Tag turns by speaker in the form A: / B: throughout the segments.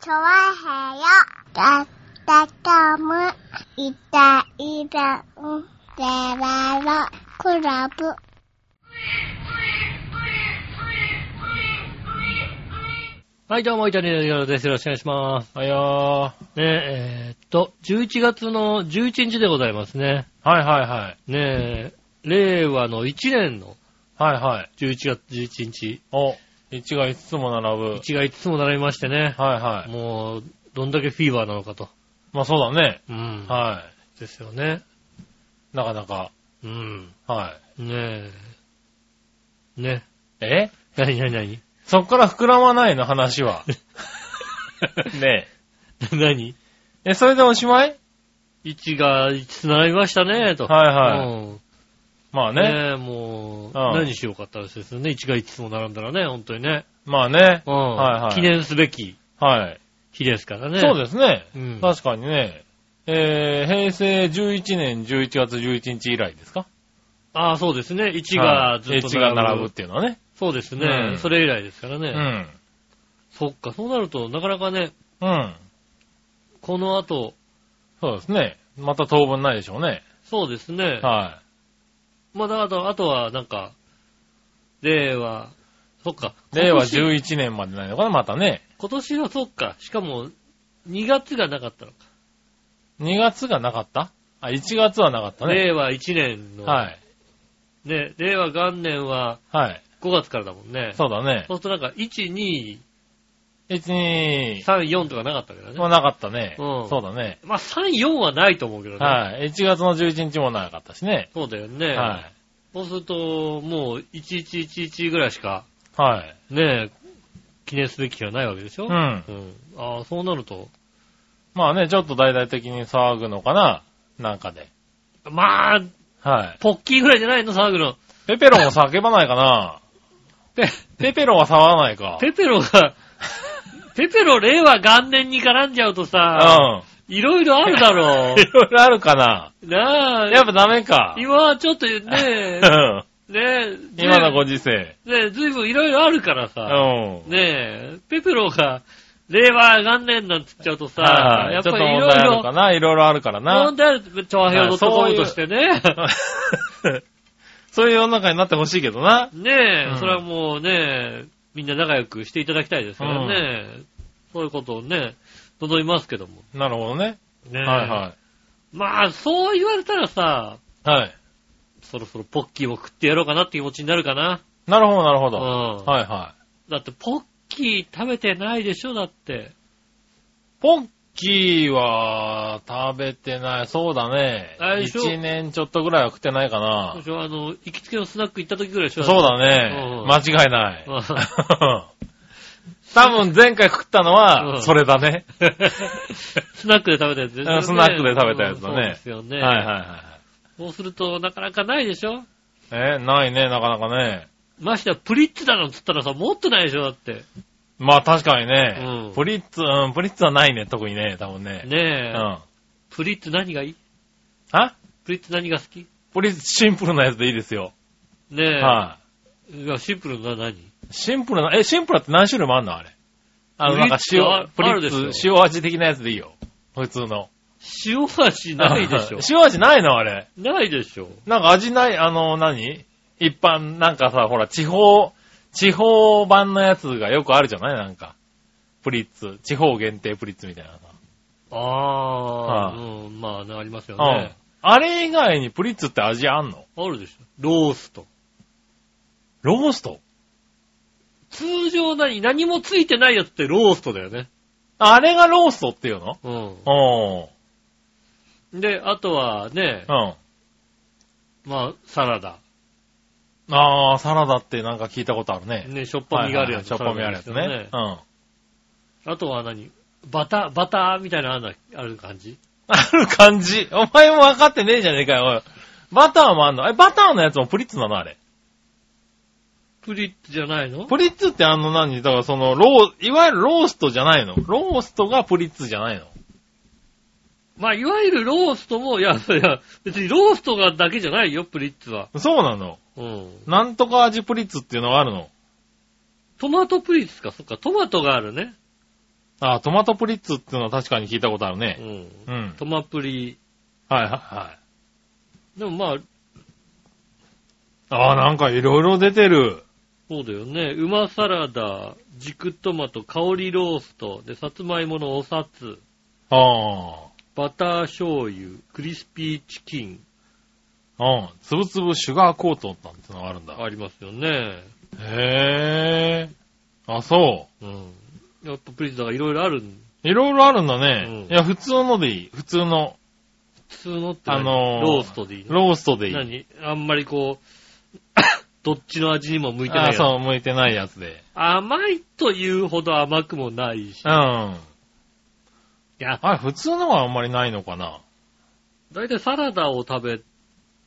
A: チョワヘヨだったかむいたいたんでららクラブ
B: はい、どうも、イタリアンジャロです。よろしくお願いします。
C: はいよー。は
B: ねえ、えーっと、11月の11日でございますね。
C: いはいはい。
B: ねえ、令和の1年の
C: はいはい。
B: 11月11日、
C: お、1が5つも並ぶ。はい
B: 1が5つも並びましてね、
C: はい。
B: もう、どんだけフィーバーなのかと。
C: まあそうだね。
B: うん。
C: は
B: ですよね。
C: い。なかなか。
B: うん。
C: は
B: ねえ。ね。
C: い。え
B: なになに なに
C: そっから膨らまないの 話は。ね
B: なに
C: え。え、それでおしまい
B: ?1 が5つ並びましたね、と。
C: はいはい
B: うん
C: まあね。
B: ねえ、もう、
C: うん
B: 何しようかったらしいですよね。1が5つも並んだらね、本当にね。
C: まあね
B: う。ん。
C: はいはい
B: 記念すべき
C: はい。
B: 日ですからね。
C: そうですね。
B: うん
C: 確かにね。えー、平成11年11月11日以来ですか
B: ああ、そうですね。1がずっと
C: 1が並ぶっ。ていうのはね。
B: そうですね、
C: うん
B: それ以来ですからね。
C: うん。
B: そっか、そうなると、なかなかね、
C: うん。
B: この後、
C: そうですね。また当分ないでしょうね。
B: そうですね。
C: は
B: まあ、だから、あとは、なんか、令和、そっか。
C: い。令和
B: 今年
C: 11年までないのかな、またね。
B: 今年の、そっか。しかも、2月がなかったのか。
C: 2月がなかったあ、1月はなかったね。
B: 令和1年の、
C: はい。
B: ね、令和元年は
C: はい。
B: 5月からだもんね。
C: そうだね。
B: そうするとなんか、1、2、
C: 1、2
B: 3、4とかなかったけど
C: も
B: ね。
C: なかったね。
B: うん
C: そうだね。
B: まあ、3、4はないと思うけどね。
C: はい。1月の11日もなかったしね。
B: そうだよね。
C: は
B: そうすると、もう、1111ぐらいしか、
C: い。はい。
B: ねえ、記念すべき日はないわけでしょ
C: うん。
B: うん。ああ、そうなると。
C: まあね、ちょっと大々的に騒ぐのかななんかで。
B: まあ、
C: はい。
B: ポッキーぐらいじゃないの、騒ぐの。
C: ペペロンも叫ばないかな
B: ペ、
C: ペペロンは騒がないか。
B: ペペロ が、ペペロ令和元年に絡んじゃうと
C: う
B: さ、
C: ん。
B: いろいろあるだろ
C: いろいろあるかな
B: う。なあ、
C: やっぱダメか。
B: 今はちょっと ね
C: うん
B: え、ねえ、
C: 今のご時世。
B: ねえ、ずいぶんいろいろあるから
C: う
B: さ、
C: ん。
B: ねえ、ペペロが令和元年なんて言っちゃうとさ
C: は、い
B: やっ
C: ち
B: ぱ
C: ょっと
B: りい
C: 問
B: ろい
C: 題あるか
B: ろ、
C: な。いろいろあるからな。
B: 問題ある、調和表
C: は
B: ドッ
C: いそ
B: トコ
C: う
B: ム
C: いう
B: としてね。
C: そういう世の中になってほしいけどな。
B: ねえ、
C: うん
B: それはもうね、みんな仲良くしていただきたいですからね。そういうことをね、望みますけども。
C: なるほどね。
B: ねえ
C: はいは
B: まあ、そう言われたらさ、
C: い。はい。
B: そろそろポッキーも食ってやろうかなって気持ちになるかな。
C: なるほど、なるほ
B: うん。
C: ど。はいはい。
B: だって、ポッキー食べてないでしょだって。
C: ポッキーは食べてない。そうだね。
B: あれでしょ
C: 一年ちょっとぐらいは食ってないかな。
B: 私はあの、行きつけのスナック行った時ぐらいでし
C: そ
B: ょ
C: うだ
B: うんう
C: ね
B: ん。
C: 間違いない。
B: う
C: 多分前回食ったの
B: うん
C: は、それ だね。
B: スナックで食べたやつでしょ
C: うんスナックで食べたやつだ
B: うんそ
C: ね
B: うですよね。
C: はいはいはい。
B: そうすると、なかなかないでしょ
C: え、ないね、なかなかね。
B: ましてや、プリッツだのっつったらさ、持ってないでしょだって。
C: まあ確かに
B: う
C: ね
B: ん。
C: プリッツ、うん、プリッツはないね、特にね、多分ね。う
B: ねえ、
C: ん。
B: プリッツ何がいい
C: あ
B: プリッツ何が好き
C: プリッツシンプルなやつでいいですよ。
B: ねえ、
C: はい
B: やシンプルな何
C: シンプルな、え、シンプルって何種類もあんのあれ。あの、なんか塩、
B: プ
C: プ
B: リ
C: リ
B: ッツあある
C: ッ
B: でし
C: ツ、塩味的なやつでいいよ。普通の。
B: 塩味ないでしょ
C: 塩味ないのあれ。
B: ないでしょ
C: なんか味ない、あの、何一般、なんかさ、ほら、地方、地方版のやつがよくあるじゃないなんか。プリッツ。地方限定プリッツみたいなさ。
B: ああ、
C: はい
B: うん、まあね、ありますよ
C: うん
B: ね。。
C: あれ以外にプリッツって味あんの
B: あるでしょロースト。
C: ロースト
B: 通常何、何もついてないやつってローストだよね。
C: あれがローストっていうの
B: う。
C: うん
B: で、あとはね
C: ん。う、ん。
B: まあ、サラダ。
C: あー、サラダってなんか聞いたことあるね。
B: ね、しょっぱみがあるやつ。
C: はいはいはいしょっぱみあるや
B: サラダで
C: つね
B: す。
C: う
B: よ
C: ん。
B: あとは何バター、バターみたいなのあるある感じ
C: ある感じ。お前も分かってねえじゃねえかよ。おいバターもあんの。え、バターのやつもプリッツなのあれ。
B: プリッツじゃないの
C: プリッツってあの何だからその、ロー、いわゆるローストじゃないの。ローストがプリッツじゃないの。
B: まあ、いわゆるローストも、いや、いや、別にローストがだけじゃないよ、プリッツは。
C: そうなの。
B: うん。
C: なんとか味プリッツっていうのがあるの。
B: トマトプリッツか、そっか、トマトがあるね。
C: あ、トマトプリッツっていうのは確かに聞いたことある
B: う
C: ね。
B: ん。
C: うん。
B: トマプリ。
C: はいはいはい。
B: でもまあ、
C: ああ、なんかいろいろ出てる。
B: そうだよね。うまサラダ、軸トマト、香りロースト、で、さつまいものお札、
C: あ
B: バター醤油、クリスピーチキン、
C: あ。うん。つぶつぶシュガーコートなんてのがあるんだ。
B: ありますよね。
C: へえ。あ、そ
B: うん。やっぱプリッツだからいろいろある。
C: う。いろいろあるんだね。
B: うん
C: いや、普通のでいい。普通の。
B: 普通のって何
C: あのー
B: ローストでいいの
C: ローストでいい。
B: 何あんまりこう、 どっちの味にも向いてないや
C: ああ、
B: つ
C: そう、向いてないやつで。
B: 甘いというほど甘くもないし。い
C: うん。あ
B: や、
C: れ、普通のはあんまりないのかな。
B: だいたいサラダを食べ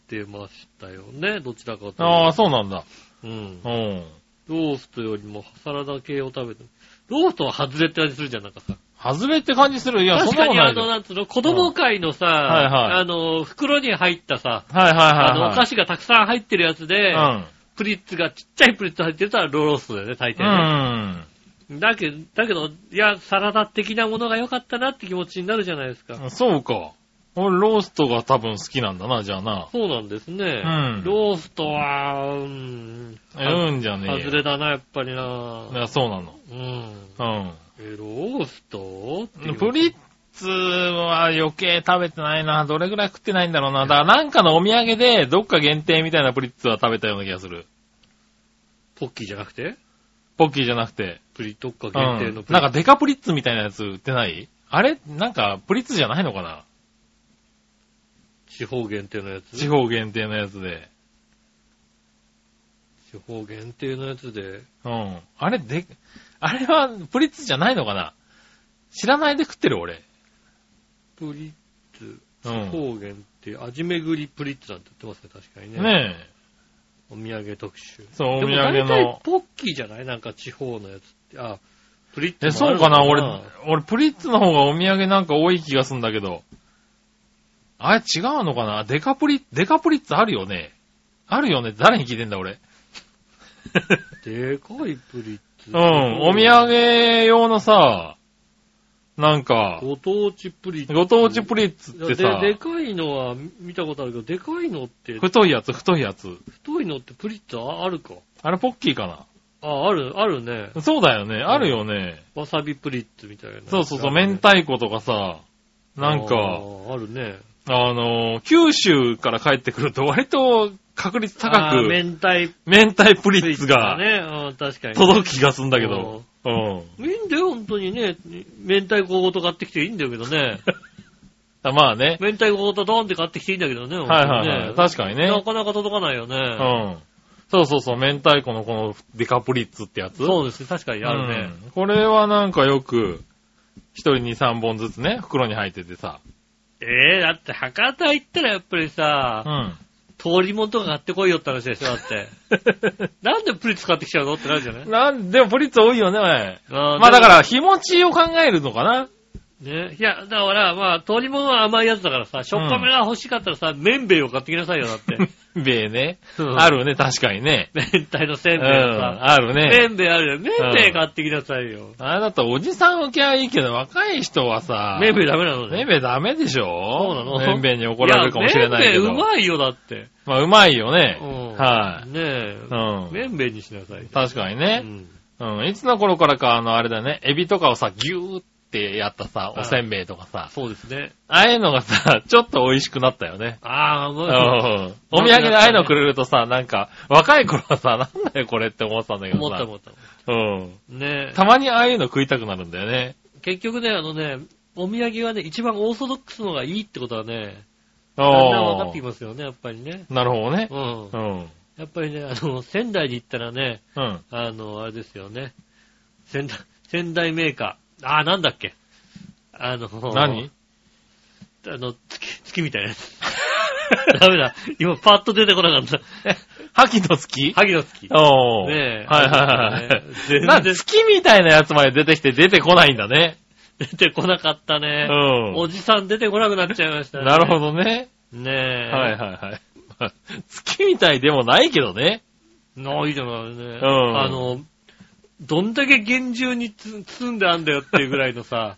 B: てましたよね。どちらかというと。
C: ああ、そうなんだ。
B: うん
C: う。ん。
B: ローストよりもサラダ系を食べて。ローストは外れって味するじゃん、なんかさ。
C: 外れって感じする。いや、そ
B: 確か
C: んなこと
B: に
C: な
B: あ
C: いよ。
B: の、
C: はい
B: なんつうの、子供会のさ、
C: はいはい
B: あの、袋に入ったさ、
C: はい
B: あ
C: はい
B: の、
C: は
B: お
C: い。
B: 菓子がたくさん入ってるやつで、
C: うん。
B: プリッツが、ちっちゃいプリッツ入ってるとはローストだよね、大抵
C: う
B: ね。
C: ん。
B: だけど、だけど、いや、サラダ的なものが良かったなって気持ちになるじゃないですか。
C: そうか。俺、ローストが多分好きなんだな、じゃあな。
B: そうなんですね。
C: うん
B: ローストは、うん、
C: うんじゃねえよ。。
B: 外れだな、やっぱりない
C: やそうなの。
B: うん。
C: う。
B: え、ローストっていうん
C: プリッツは余計食べてないな。どれぐらい食ってないんだろうな。だからなんかのお土産で、どっか限定みたいなプリッツは食べたような気がする。
B: ポッキーじゃなくて
C: ポッキーじゃなくて。
B: プリ特化
C: うん
B: 限定のプリ
C: なんかデカプリッツみたいなやつ売ってないあれなんかプリッツじゃないのかな
B: 地方限定のやつ
C: 地方限定のやつで。
B: 地方限定のやつで。
C: うん。あれで、あれはプリッツじゃないのかな知らないで食ってる俺。
B: プリッツ、
C: う
B: 地
C: ん。
B: 方限定、味巡りプリッツなんて言ってますね、確かにね。
C: ねえ。
B: お土産特集。
C: そう、お
B: でも
C: 土産
B: 大体
C: の。
B: ポッキーじゃないなんか地方のやつって。あ、プリッツ
C: え、
B: もあ
C: そう
B: る
C: かな
B: の
C: 俺、俺、プリッツの方がお土産なんか多い気がするんだけど。あれ違うのかなデカプリ、デカプリッツあるよねあるよね誰に聞いてんだ俺。
B: でかいプリッツ。
C: うん。お土。産用のさ、なんか、
B: ご当地プリッツ。
C: ご当地プリッツってさ、
B: ででかいのは見たことあるけど、でかいのって、
C: 太いやつ、太いやつ。
B: 太いのってプリッツああるか。
C: あれポッキーか
B: あ、ある、あるね。
C: なそうだよね。あるよね。
B: わさびプリッツみたいな。
C: そうそうそう、
B: あるね
C: 明太子とかさ、なん
B: あ
C: か、
B: ーあるね。
C: あのー、九州から帰ってくると割と確率高
B: あー
C: く、
B: 明太
C: 明太プ
B: プ
C: リ
B: リッ
C: ッ
B: ツ
C: ツ
B: が
C: が
B: ね。うん確かに。
C: 届く気がするんだけど。うん。
B: いいんだよ、本当にね。明太子ごと買ってきていいんだけどね。
C: あまあね。
B: 明太子ごとドーンって買ってきていいんだけどね。
C: はいはいはい。
B: 本当
C: 確かにね。
B: なかなか届かないよ
C: う
B: ね。
C: ん。そうそうそう、明太子のこのデカプリッツってやつ。
B: そうですね、確かにあるね。
C: うんこれはなんかよく、一人に3本ずつね、袋に入っててさ。
B: ええだって博多行ったらやっぱりさ
C: う、ん。
B: 通り物とか買ってこいよって話でしょ、だ って。なんでプリッツ買ってきちゃうのってなるじゃない
C: なんでもプリッツ多いよね。
B: ま
C: まあだか。ら、日持ちを考えるのかな
B: ね。いや、だから、まあ、通り物は甘いやつだからさ、しょっぱめが欲しかったらさ、麺べいを買ってきなさいよ、だって。
C: べえね。
B: うん
C: あるね、確かにね。
B: 明太のせん
C: うん、
B: べいをさ。
C: ある
B: せ
C: ね。
B: んべいあるよ。麺べい買ってきなさいよ。
C: あれだとおじさん受けはいいけど、若い人はさ、
B: 麺べいダメなのね。
C: めんべいダメでしょそう
B: なの
C: めんべいに怒られるかもしれないけど。
B: や麺べいうまいよ、だって。
C: まあ、うまいよね。
B: うん
C: はい、
B: ねえ
C: う。ん。
B: 麺べいにしなさい。
C: 確かに
B: う
C: ね、
B: ん
C: うん。いつの頃からか、あの、あれだね、エビとかをさ、ギューってやったさ、
B: うん
C: おせんべいとかさ、
B: そうですね。
C: ああいうのがさ、ちょっと美味しくなったよね。
B: ああ、
C: う
B: も
C: ん
B: う、
C: お土産でああいうのくれるとさ、なんか、若い頃はさ、なんだよこれって思ってたんだけ
B: 思
C: ど
B: った
C: さ。
B: 思った。
C: うん。
B: ねえ。
C: たまにああいうの食いたくなるんだよね。
B: 結局ね、あのね、お土産はね、一番オーソドックスのがいいってことはね、だんだん分か
C: あ
B: ってきますよね、やっぱりね。
C: あ。なるほどね
B: う。ん
C: う。ん。
B: やっぱりね、あの、仙台に行ったらね、
C: うん。
B: あの、あれですよね。仙台、仙台メーカー。ああ、なんだっけ。あの、
C: 何
B: あの、月、月みたいなやつ。ダメだ。今パッと出てこなかった。
C: 覇気の月
B: 萩の月。
C: おー。
B: ねえ
C: はいは
B: ね
C: いは
B: 全
C: い。
B: 然
C: なんで月みたいなやつまで出てきて出てこないんだね。
B: 出てこなかった
C: う
B: ね。お
C: ん。
B: じさん出てこなくなっちゃいましたね。
C: なるほどね。
B: ど。ねえ。
C: はいはいはい。 月みたいでもないけどね。
B: ないじゃないね。
C: うん
B: あの、どんだけ厳重につ包んであんだよっていうぐらいのさ、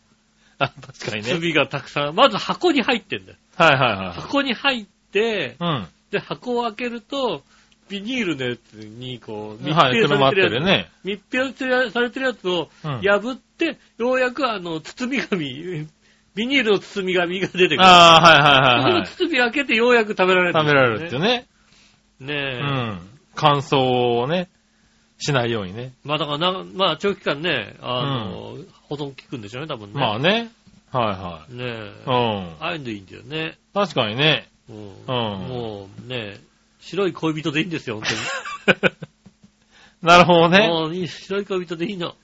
C: あ、確か にね。
B: 炭がたくさん、まず箱に入ってんだよ。
C: はいは
B: 箱に入って
C: い、はい。
B: で、箱を開けると、ビニールのやつに、こう、
C: うん。はい、くるまってるね。
B: 密閉されてるやつを
C: うん
B: 破って、ようやくあの、包み紙、ビニールの包み紙が出てくる。
C: ああ、はいはいはいはい。
B: その包み開けてようやく食べられる、
C: 食べられるっていう
B: ね。
C: ね。う
B: ねえ。
C: ん。乾燥をね、しないようにね。
B: まあだからな、まあ長期間ね、あの、保存効くんでしょうね、多分ね。
C: まあ
B: ね。
C: ね。は
B: ねえ
C: い。はい。うん。
B: ああいうのいいんだよね。
C: 確かにね。
B: うん。
C: ん
B: もうね、白い恋人でいいんですよ、本
C: なるほど
B: 当に。
C: ね。
B: もういい白い恋人でいいの。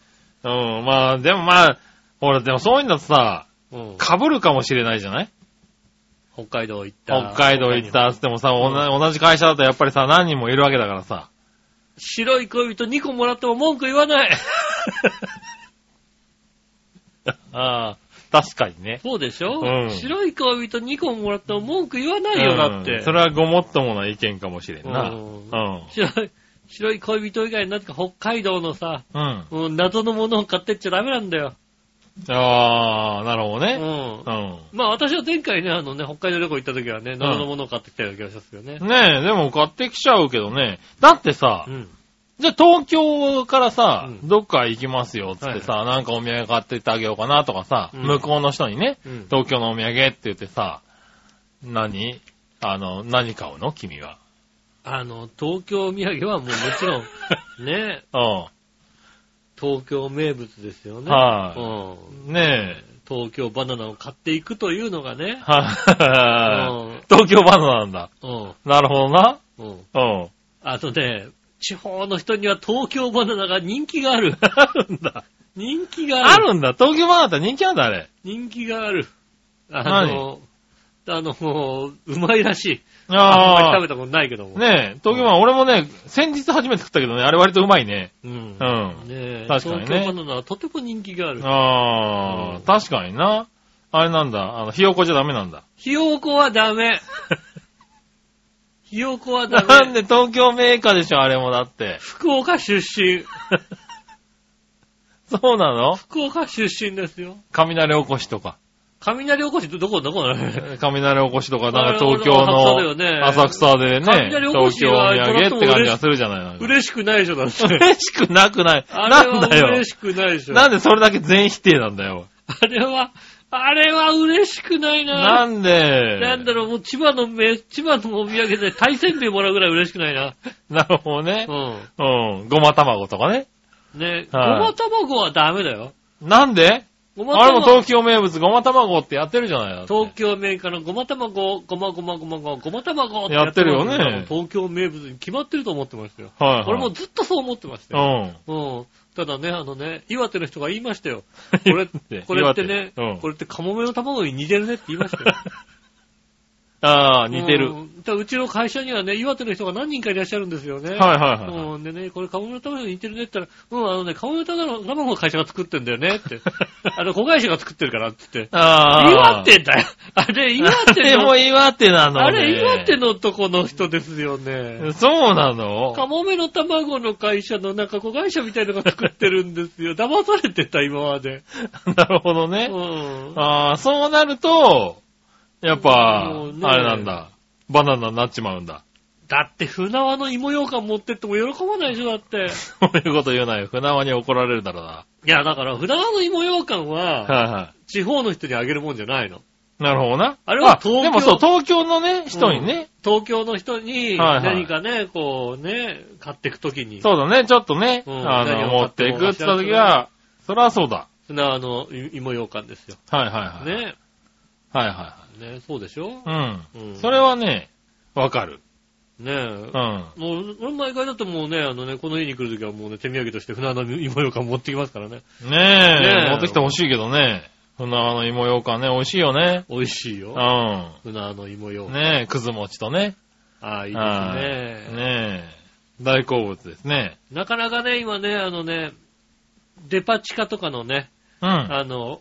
C: うん。まあ、でもまあ、ほら、でもそういうのさ、
B: うん。
C: 被るかもしれないじゃない
B: 北海道行った。
C: 北海道行ったっつってもさ、おな同じ会社だとやっぱりさ、何人もいるわけだからさ。
B: 白い恋人2個もらっても文句言わ ない。
C: ああ、確かにね。
B: そうでしょ、
C: うん
B: 白い恋人2個もらっても文句言わないよ、だって。
C: うんそれはごもっともな意見かもしれんな。
B: う
C: うんん。
B: 白い、白い恋人以外になんか北海道のさ、
C: うん。
B: うん、謎のものを買ってっちゃダメなんだよ。
C: ああ、なるほど
B: う
C: ね。
B: ん
C: う。
B: まあ私は前回ね、あのね、北海道旅行行った時はね、謎のものを買ってきたような気がしますよね。
C: ん。ねえ、でも買ってきちゃうけどね。だってさ
B: う、ん。
C: じゃあ東京からさ、
B: うん
C: どっか行きますよっつってさ、なんかお土産買ってってあげようかなとかさ、
B: うん
C: 向こうの人にね、
B: うん
C: 東京のお土産って言ってさ、何あの、何買うの君は。
B: あの、東京土産はもうもち ろん、ね、
C: う
B: 東京名物ですよね。
C: はい
B: うん
C: ん。ねえ。
B: 東京バナナを買っていくというのがね、
C: はい。 東京バナナなんだ。
B: うん、
C: なるほどな。
B: うん。
C: うん。
B: あとね、地方の人には東京バナナが人気がある。
C: あるんだ。
B: 人気があ
C: あ
B: る。
C: るんだ。東京バナナって人気なんだ、あれ。
B: 人気がある。あの、あの、もう、うまいらしい。あんまり食べ
C: あ
B: たことないけども。
C: あ。ねえ、東京バナナ、俺もね、先日初めて食ったけどね、あれ割とうまいね。
B: うん。
C: うん
B: ねえ、
C: 確かにね
B: 東京バナナはとても人気がある。
C: ああ、確かにな。あれなんだ。あの、ひよこじゃダメなんだ。
B: ひよこはダ メ。ひよこは
C: な
B: ダ
C: ん
B: メ。
C: で東京メーカーでしょ、あれも だって。
B: 福岡出身。
C: そうなの
B: 福岡出身ですよ。
C: 雷起こしとか。
B: 雷おこしってどこどこ なの
C: 雷起こしとか、なんか
B: あれ
C: 東京
B: 浅草だよね
C: の浅草でね、
B: 雷起こ
C: 東
B: し
C: 京お
B: は
C: 土産って感じがするじゃないなんか
B: 嬉しくないでしょ、だって。
C: 嬉しくなくない。
B: あれ
C: なん
B: は
C: だよ
B: 嬉。しくないでしょ。
C: なんでそれだけ全否定なんだよ。
B: あれは、あれは嬉しくない
C: な
B: な。
C: んで
B: なんだろう、もう千葉のめ、千葉のお土産で大煎餅もらうぐらい嬉しくないな。
C: なるほどね。
B: う
C: うん。ごま卵とかね。
B: ん。ね、ご
C: はい
B: ま卵はダメだよ。
C: なんで
B: ごま
C: あれも
B: 卵。
C: 東京名物ごま卵ってやってるじゃないだって
B: 東京メーカーのごま卵、ごまごまごまごま、ごま卵って
C: やってるよね
B: やってます東京名物に決まってると思ってましたよ。
C: はい、はい。
B: 俺もずっとそう思ってました
C: う
B: よ。
C: ん。
B: うん。ただね、あのね、岩手の人が言いました よ。これ、これってね、
C: 岩手うん
B: これってカモメの卵に似てるねって言いましたよ。
C: ああ、 似てる。
B: う
C: はい
B: んだからうちの会社にはね、岩手の人が何人かいらっしゃるんですよね。
C: はいはいはい。
B: うん、でね、これ、カモメの卵に似てるねって言ったら、うん、あのね、カモメの卵の会社が作ってんだよねっ て。あの、子会社が作ってるからって言って。
C: ああ。
B: 岩手だよ。あれ、岩
C: あ
B: 手
C: れ
B: の
C: も、岩手なのね。
B: あれ、岩手のとこの人ですよね。
C: そうなの
B: カモメの卵の会社のなんか子会社みたいのが作ってるんですよ。 騙されてた、今まで。
C: なるほど
B: う
C: ね。
B: ん。
C: ああ、そうなると、やっぱ、
B: もうね
C: あれなんだ。バナナになっちまうんだ。
B: だって、船輪の芋羊羹持ってっても喜ばないでしょ、だって。
C: そういうこと言うなよ。船輪に怒られるだろうな。
B: いや、だから、船輪の芋羊羹は、
C: はいは
B: 地方の人にあげるもんじゃないの。
C: い。なるほどな。
B: あれは東京
C: でもそう、東京のね、人にね、
B: 東京の人に、
C: はいはい
B: 何かね、こうね、買ってくときに、
C: そうだね、ちょっとね、
B: うん
C: あ
B: 何
C: の、
B: を
C: 持っていくって言った時は、そりゃそうだ。
B: 船輪の芋羊羹ですよ。
C: はいはいはい。
B: ね。
C: はいは
B: ね、そうでしょ
C: いはい。
B: う
C: うんん。それはね、わかる。
B: ねえ
C: う。ん。
B: もう、俺毎回だってもうね、あのね、この家に来るときはもうね、手土産として船の芋ようかん持ってきますからね。
C: ねえ、
B: ねえ
C: 持ってきてほしいけどね。船の芋ようかんね、美味しいよね。
B: 美味しいうよ。
C: ん。
B: 船の芋ようかん。
C: ねえ、くず餅とね。
B: ああ、いい
C: は
B: ですね
C: ねえ、大好物ですね。
B: なかなかね、今ね、あのね、デパ地下とかのね、
C: うん。あ
B: あの、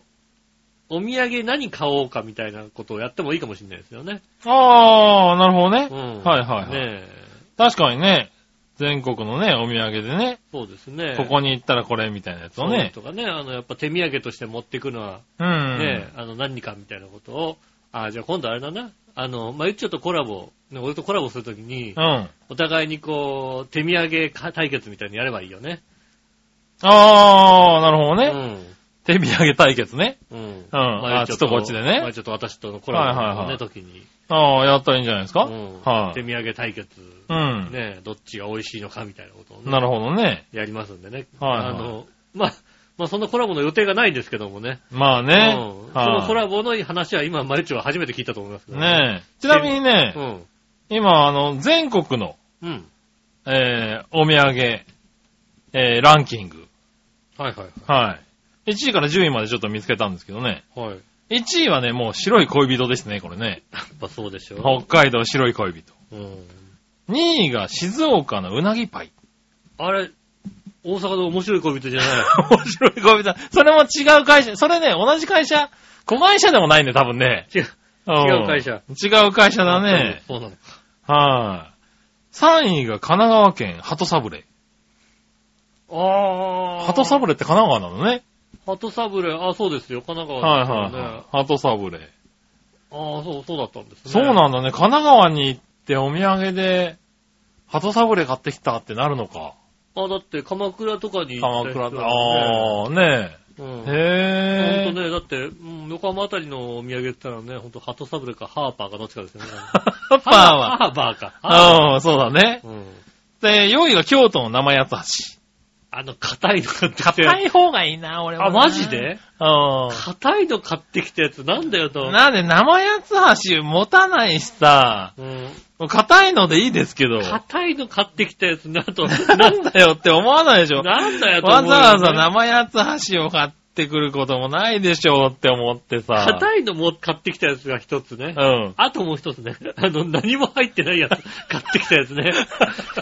B: お土産何買おうかみたいなことをやってもいいかもしれないですよね。
C: あー、なるほどね。
B: うん。
C: はいはいはい
B: ねえ。
C: 確かにね。全国のね、お土産でね、
B: そうですね。
C: ここに行ったらこれみたいなやつをね。
B: とかね、あの、やっぱ手土産として持っていくのは、
C: うん。
B: ね、あの、何かみたいなことを、あ、じゃあ今度あれだな。あの、まあ、ゆっちょとコラボ、ね、俺とコラボするときに
C: う、ん。
B: お互いにこう、手土産か対決みたいにやればいいよね。
C: あー、なるほ
B: う
C: どね。
B: ん。
C: 手土産対決ね。
B: うん。うん
C: あちょっとこっちでね
B: まあ、ちょっと私とのコラボ
C: はいはい
B: の
C: はい
B: ね、時に。
C: あー、やったらいいんじゃないですか。
B: うん
C: はい
B: 手。土産対決、
C: うん。
B: ね、どっちが美味しいのかみたいなことをね
C: なるほどね。
B: やりますんでね。
C: はいはい
B: あの、まあ、まあ、そのコラボの予定がないんですけどもね。
C: まあ
B: うん
C: ね。
B: そ
C: は
B: の
C: い
B: コラボの話は今、マリチョは初めて聞いたと思いますけど。
C: ねえ。ちなみにね、
B: うん。
C: 今、あの、全国の、
B: うん。
C: えー、お土産、えー、ランキング。
B: はいはい
C: はい。1位から10位までちょっと見つけたんですけどね。
B: はい。はい。や
C: 1位はね、もう白い恋人ですね、これね。
B: っぱそうでしょ。
C: 北海道白い恋人。
B: うん。
C: 2位が静岡のうなぎ パイ。
B: あれ、大阪の面白い恋人じゃ ない
C: 面白い恋人。それも違う会社。それね、同じ会社。子会社でもないんで、多分ね。
B: 違う。違う会社
C: 違う会社だね。
B: そうなの。
C: はい。3位が神奈川県鳩サブレ。
B: ああ。
C: 鳩サブレって神奈川なのね。
B: 鳩サブレ、あ、そうですよ、神奈川
C: はいはい
B: ですよね。
C: はい。鳩サブレ。
B: ああ、そう、そうだったんですね。
C: そうなんだね。神奈川に行ってお土産で、鳩サブレ買ってきたってなるのか。
B: あだって鎌倉とかに行った人だ
C: 鎌倉って。
B: も
C: ああ、ね
B: ん
C: え。
B: ね。うん。
C: へ
B: ほんと
C: え。
B: ね、だって、うん横浜あたりのお土産って言ったらね、ほんと、鳩サブレかハーパーかどっちかですよね。
C: ハッパー
B: ハ
C: は。
B: ーバーか。ハ
C: うん、そうだね
B: ー。バーうん。
C: で、4位が京都の生八
B: あの、硬いの買って
C: 橋。
B: きた
C: 硬
B: や
C: い方がいいな、俺
B: つ。
C: は。
B: あ、マジで
C: う
B: 硬いの買ってきたやつなんだよと。
C: ん。なんで生八橋持たないしさ、
B: うん。
C: もう硬いのでいいですけど、
B: 硬いの買ってきたやつなと。
C: なんだよって思わないでしょ。
B: なんだよと思
C: わ
B: うよね
C: ざわざ生八橋を買ってくることもないでしょうって思ってさ。
B: 硬いのも買ってきたやつが一つね。
C: うん。
B: あともう一つね。 あの、何も入ってないやつ、 買ってきたやつね。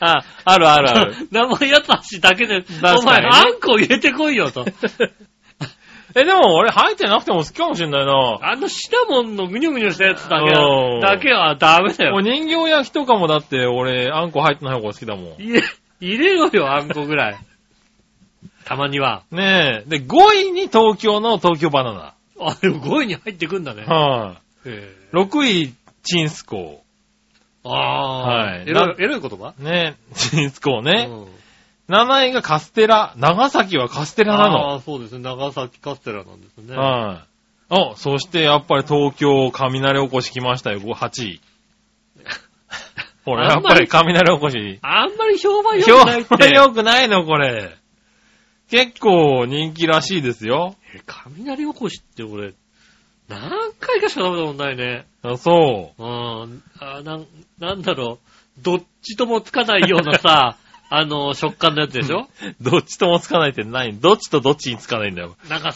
C: あ、あるあるある。
B: 生やつしだけで、
C: かに
B: お前、あんこ入れてこいよ と。
C: え、でも俺入ってなくても好きかもしれないな。
B: あのシナモンのぐにょぐにょしたやつだけ
C: うん
B: は、だけはダメだ
C: もう
B: よ。
C: 人形焼きとかもだって俺、あんこ入ってない方が好きだもん。
B: 入れ、入れろよ、あんこぐらい。たまには。
C: ねえ。で、5位に東京の東京バナナ。
B: あ、でも5位に入ってくんだね。
C: は
B: へ
C: い、6位、チンスコ
B: ーああ、
C: はい
B: エロい、エロい言葉
C: ー。ねえ、チンスコーね。
B: うん
C: 7位がカステラ。長崎はカステラな
B: あ
C: の。
B: あ、そうですね。長崎カステラなんですね。
C: はい、お、そしてやっぱり東京雷おこし来ましたよ、ご8位。ほら、や
B: あ
C: っ
B: んま
C: ぱ
B: り
C: り雷おこし。
B: あんまり評判良
C: 評
B: くないって。
C: 判良くないの、これ。結構人気らしいですよ。
B: え雷おこしって俺、何回かしか食べたことないね。
C: あそ
B: うん。あなん、なんだろう。どっちともつかないような さ、あの、食感のやつでしょ
C: う。どっちともつかないってない。どっちとどっちにつかないんだよ。
B: なんか、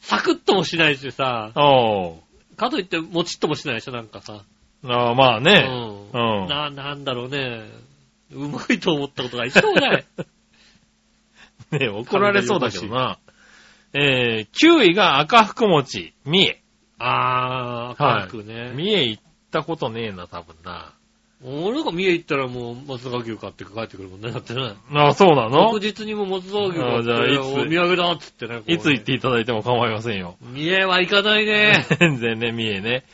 B: サクッともしないしさ、
C: おう
B: かといってもちっともしないでしょなんかさ。
C: あーまあ
B: う
C: ね。
B: ん。
C: うん
B: な、なんだろうね。うまいと思ったことが一度も ない。
C: ね怒られそうだけどな。えー、9位が赤福餅、三重。
B: あー、
C: はい
B: かくね。
C: 三重行ったことねえな、多分な。
B: 俺が三重行ったらもう松坂牛買って帰ってくるもんね。だってね。
C: あそうなの
B: 翌日にも松坂牛
C: あ
B: 買
C: ー
B: っ
C: じ
B: て
C: ゃあいつ
B: お土産だっつってね。こうね
C: いつ行っていただいても構いませんよ。
B: 三重は行かない ね。
C: 全然ね、三重ね。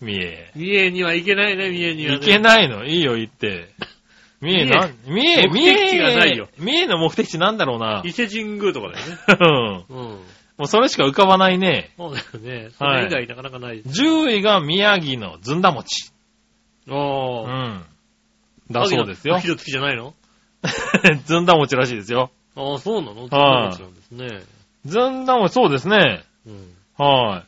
C: 三重。
B: 三重には行けないね、三重には、ね。
C: 行け
B: い。
C: ないのいいよ、行って。三重なん、三重、三
B: 目的地がない
C: 重
B: よ、
C: 三重の目的地なんだろうな
B: 伊。勢神宮とかだよね。
C: うん
B: うん。
C: もうそれしか浮かばないね。
B: そうだよね。それ以外なかなかない。
C: 10位が宮城のずんだ餅。う
B: ああ。
C: ん。だそうですよ
B: 秋。の月じゃないの
C: ずんだ餅らしいですよ。
B: ああ、そうなの
C: はい
B: そうなんですね。
C: ずんだ餅、そうですね。
B: うん。
C: は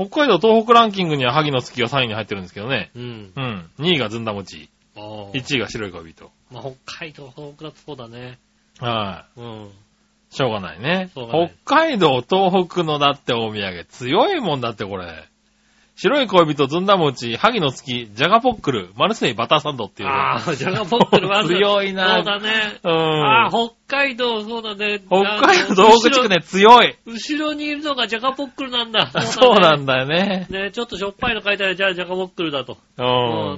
C: い。北海道東北ランキングには萩の月が3位に入ってるんですけどね。
B: うん。
C: うん。2位がずんだ餅。
B: ああ。
C: 1位が白い恋人。
B: まあ、北海道、東北だとそうだね。
C: は
B: うん。
C: い。しょうがないね。
B: しょうがない
C: 北海道東北のだってお土産強いもんだってこれ。白い恋人、ずんだ餅、萩の月、ジャガポックル、マルセイバターサンドっていう。
B: ああ、ジャガポックルは
C: 強いな
B: そうだね。
C: うん。
B: ああ、北海道、そうだね。
C: 北海道東北地区ね、強い。
B: 後ろ。後ろにいるのがジャガポックルなんだ。
C: そう
B: だ
C: なん
B: ね。
C: だよね。
B: ね、ちょっとしょっぱいの書いたら、じゃあジャガポックルだと。
C: う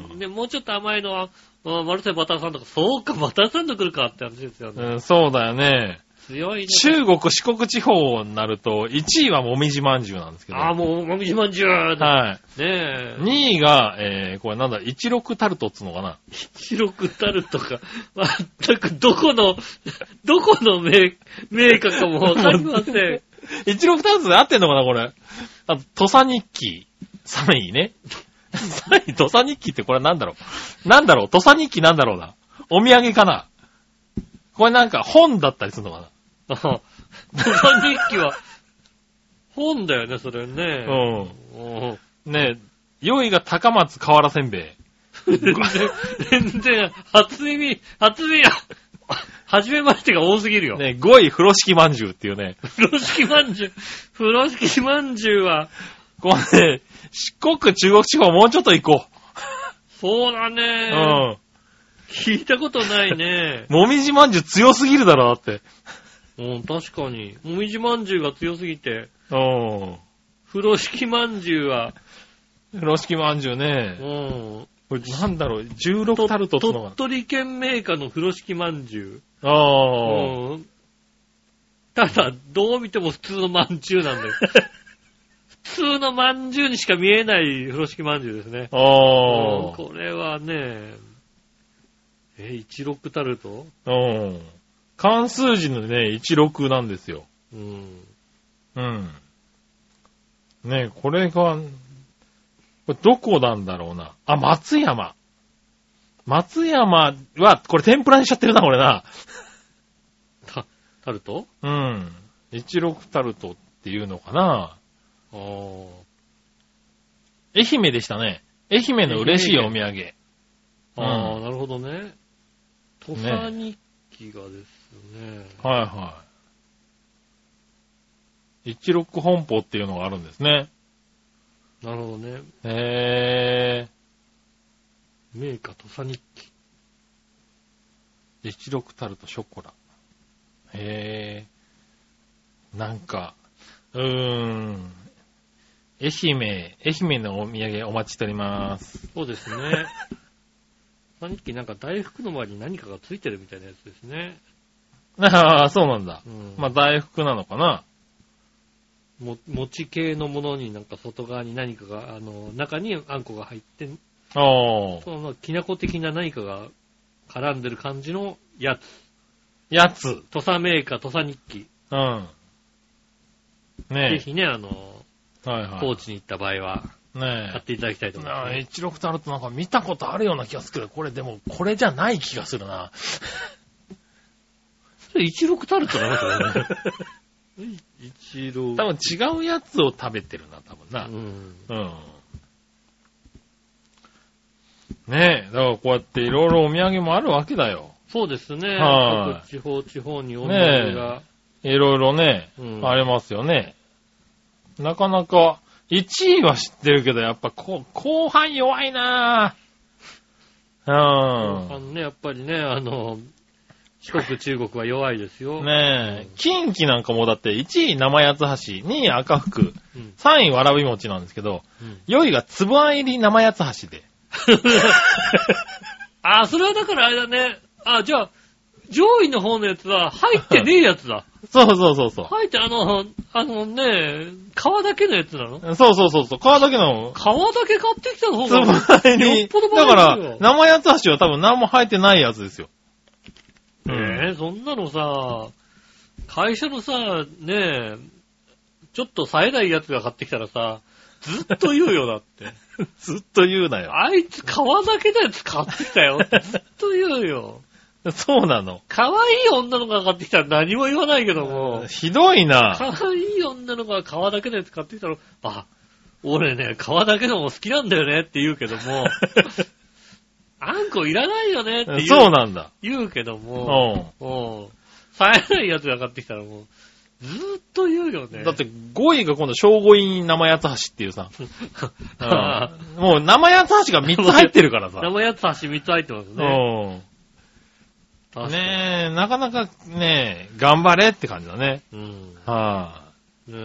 B: うん。
C: ん。
B: で、もうちょっと甘いのは、あマルセイバターサンドか。そうか、バターサンド来るかって話ですよね。
C: うん、そうだよね。
B: 強いね。
C: 中国、四国地方になると、1位はもみじまんじゅうなんですけど。
B: ああ、もう、もみじまんじゅう。ね
C: はい。
B: え。
C: 2位が、えー、これなんだ、一六タルトっつうのかな。
B: 白くたるとか、全くどこの、どこのメーメーカーかもわかりません。
C: 一六タルトで合ってんのかな、これ。あと、土佐日記。3位 ね。3位、土佐日記ってこれなんだろう。なんだろう、土佐日記なんだろうな。お土産かな。これなんか本だったりするのか
B: あは土佐日記は、本だよね、それ
C: な。
B: ね。
C: う
B: うん
C: ん。ねえ、4位が高松瓦せんべい。
B: 全然、全然、初耳、初耳、初めましてが多すぎるよ。
C: ね、5位、風呂敷まんじゅうっていうね。
B: 風呂敷まんじゅう、風呂敷まんじゅうは、
C: こうね、四国、中国地方もうちょっと行こ
B: そうだ
C: う。
B: ね。
C: う
B: 聞いたことないね。
C: ん。もみじまんじゅう強すぎるだろ、だって。
B: うん、確かに。もみじまんじゅうが強すぎて、
C: うん。
B: 風呂敷まんじゅうは、
C: 風呂敷まんじゅう
B: う
C: ね。
B: ん、
C: これなんだろう、16タルトっつうの
B: 鳥
C: が。
B: 取県メーカーの風呂敷まんじゅう。
C: ああ。
B: うん。ただ、どう見ても普通のまんじゅうなん だよ。普通のまんじゅうにしか見えない風呂敷まんじゅうですね。うん
C: あ
B: これはね、え、16タルト
C: あ。うん。関数字のね、16なんですよ。
B: うん。
C: うん。ねこれが、これどこなんだろうな。あ、松山。松山は、これ天ぷらにしちゃってるな、これな。
B: タタルト
C: うん。16タルトっていうのかな。
B: あー
C: 愛媛でしたね。愛媛の嬉しいお土産。
B: あー、
C: う
B: なるほどね。土佐日記がですね。
C: はいはい。一六本舗っていうのがあるんですね。
B: なるほどね。
C: へ
B: メーカー土佐日記。
C: ぇー。一六タルトショコラ。へぇー。なんか、うーん。愛媛、愛媛のお土産お待ちしております。
B: そうですね。土佐日記なんか大福の周りに何かがついてるみたいなやつですね。
C: ああ、そうなんだ。
B: うん。
C: まあ、大福なのかな。
B: も、餅系のものになんか外側に何かが、あの、中にあんこが入って、
C: おー。
B: その、きな粉的な何かが絡んでる感じのやつ。
C: やつ。
B: 土佐メーカー、土佐日記。
C: うん。
B: ぜ
C: ね
B: ひね、あの、
C: え。はい
B: 高
C: は
B: 知に行った場合は、
C: い。ねえ
B: 買っ。ていただきたいと思い
C: な
B: ま
C: あ、
B: す、ね。
C: 16タルトなんか見たことあるような気がするけど、これでも、これじゃない気がする な。
B: それ16タルトだな、それね。16。
C: 多分違うやつを食べてるな、多分な。
B: うん。
C: うん。ねえ、だからこうやっていろいろお土産もあるわけだよ。
B: そうですね。
C: はい
B: 各地方地方にお土産が、
C: いろいろね、
B: うん
C: ありますよね。なかなか、1位は知ってるけど、やっぱこ後半弱いな
B: 後
C: ぁ。うん。
B: 半ね、やっぱりね、あの、四国、中国は弱いですよ。
C: ねえ、近畿なんかもだって1位生八つ橋、2位赤福、
B: うん。
C: 3位わらび餅なんですけど、
B: うん
C: 4位がつぶあん入り生八つ橋で。
B: あ、それはだからあれだね。あ、じゃあ、上位の方のやつは入ってねえやつ だ。
C: そうそうそうそ
B: 入ってあの、あのね、皮だけのやつなの
C: う。そうそうそうそう。皮だけの、
B: 皮だけ買ってきた方
C: つぶ
B: が、
C: あん入
B: よ
C: り。
B: っぽど
C: だか
B: バカです
C: ら
B: よ、
C: 生八つ橋は多分何も入ってないやつですよ。
B: ええそんなのさ、会社のさ、ねえ、ちょっと冴えないやつが買ってきたらさ、ずっと言うよだって。
C: ずっと言うなよ。
B: あいつ皮だけのやつ買ってきたよ。ずっと言う よ。
C: そうなの。
B: 可愛い女の子が買ってきたら何も言わないけども、
C: ひどいな。
B: 可愛い女の子が皮だけのやつ買ってきたら、あ、俺ね、皮だけのも好きなんだよねって言うけど も、あんこいらないよねって言う
C: そうなんだ。
B: 言うけど
C: う
B: も、
C: ん。
B: もう、冴えないやつが買ってきたらもう、ずーっと言うよね。
C: だ っ、て5位が今度、小5位生八つ橋っていうさ。
B: あ
C: うんもう生八つ橋が3つ入ってるからさ。
B: 生八つ橋3つ入ってますね。
C: ね
B: 確かに
C: ねえ、なかなかねえ、頑張れって感じだね。
B: うん。
C: は
B: ね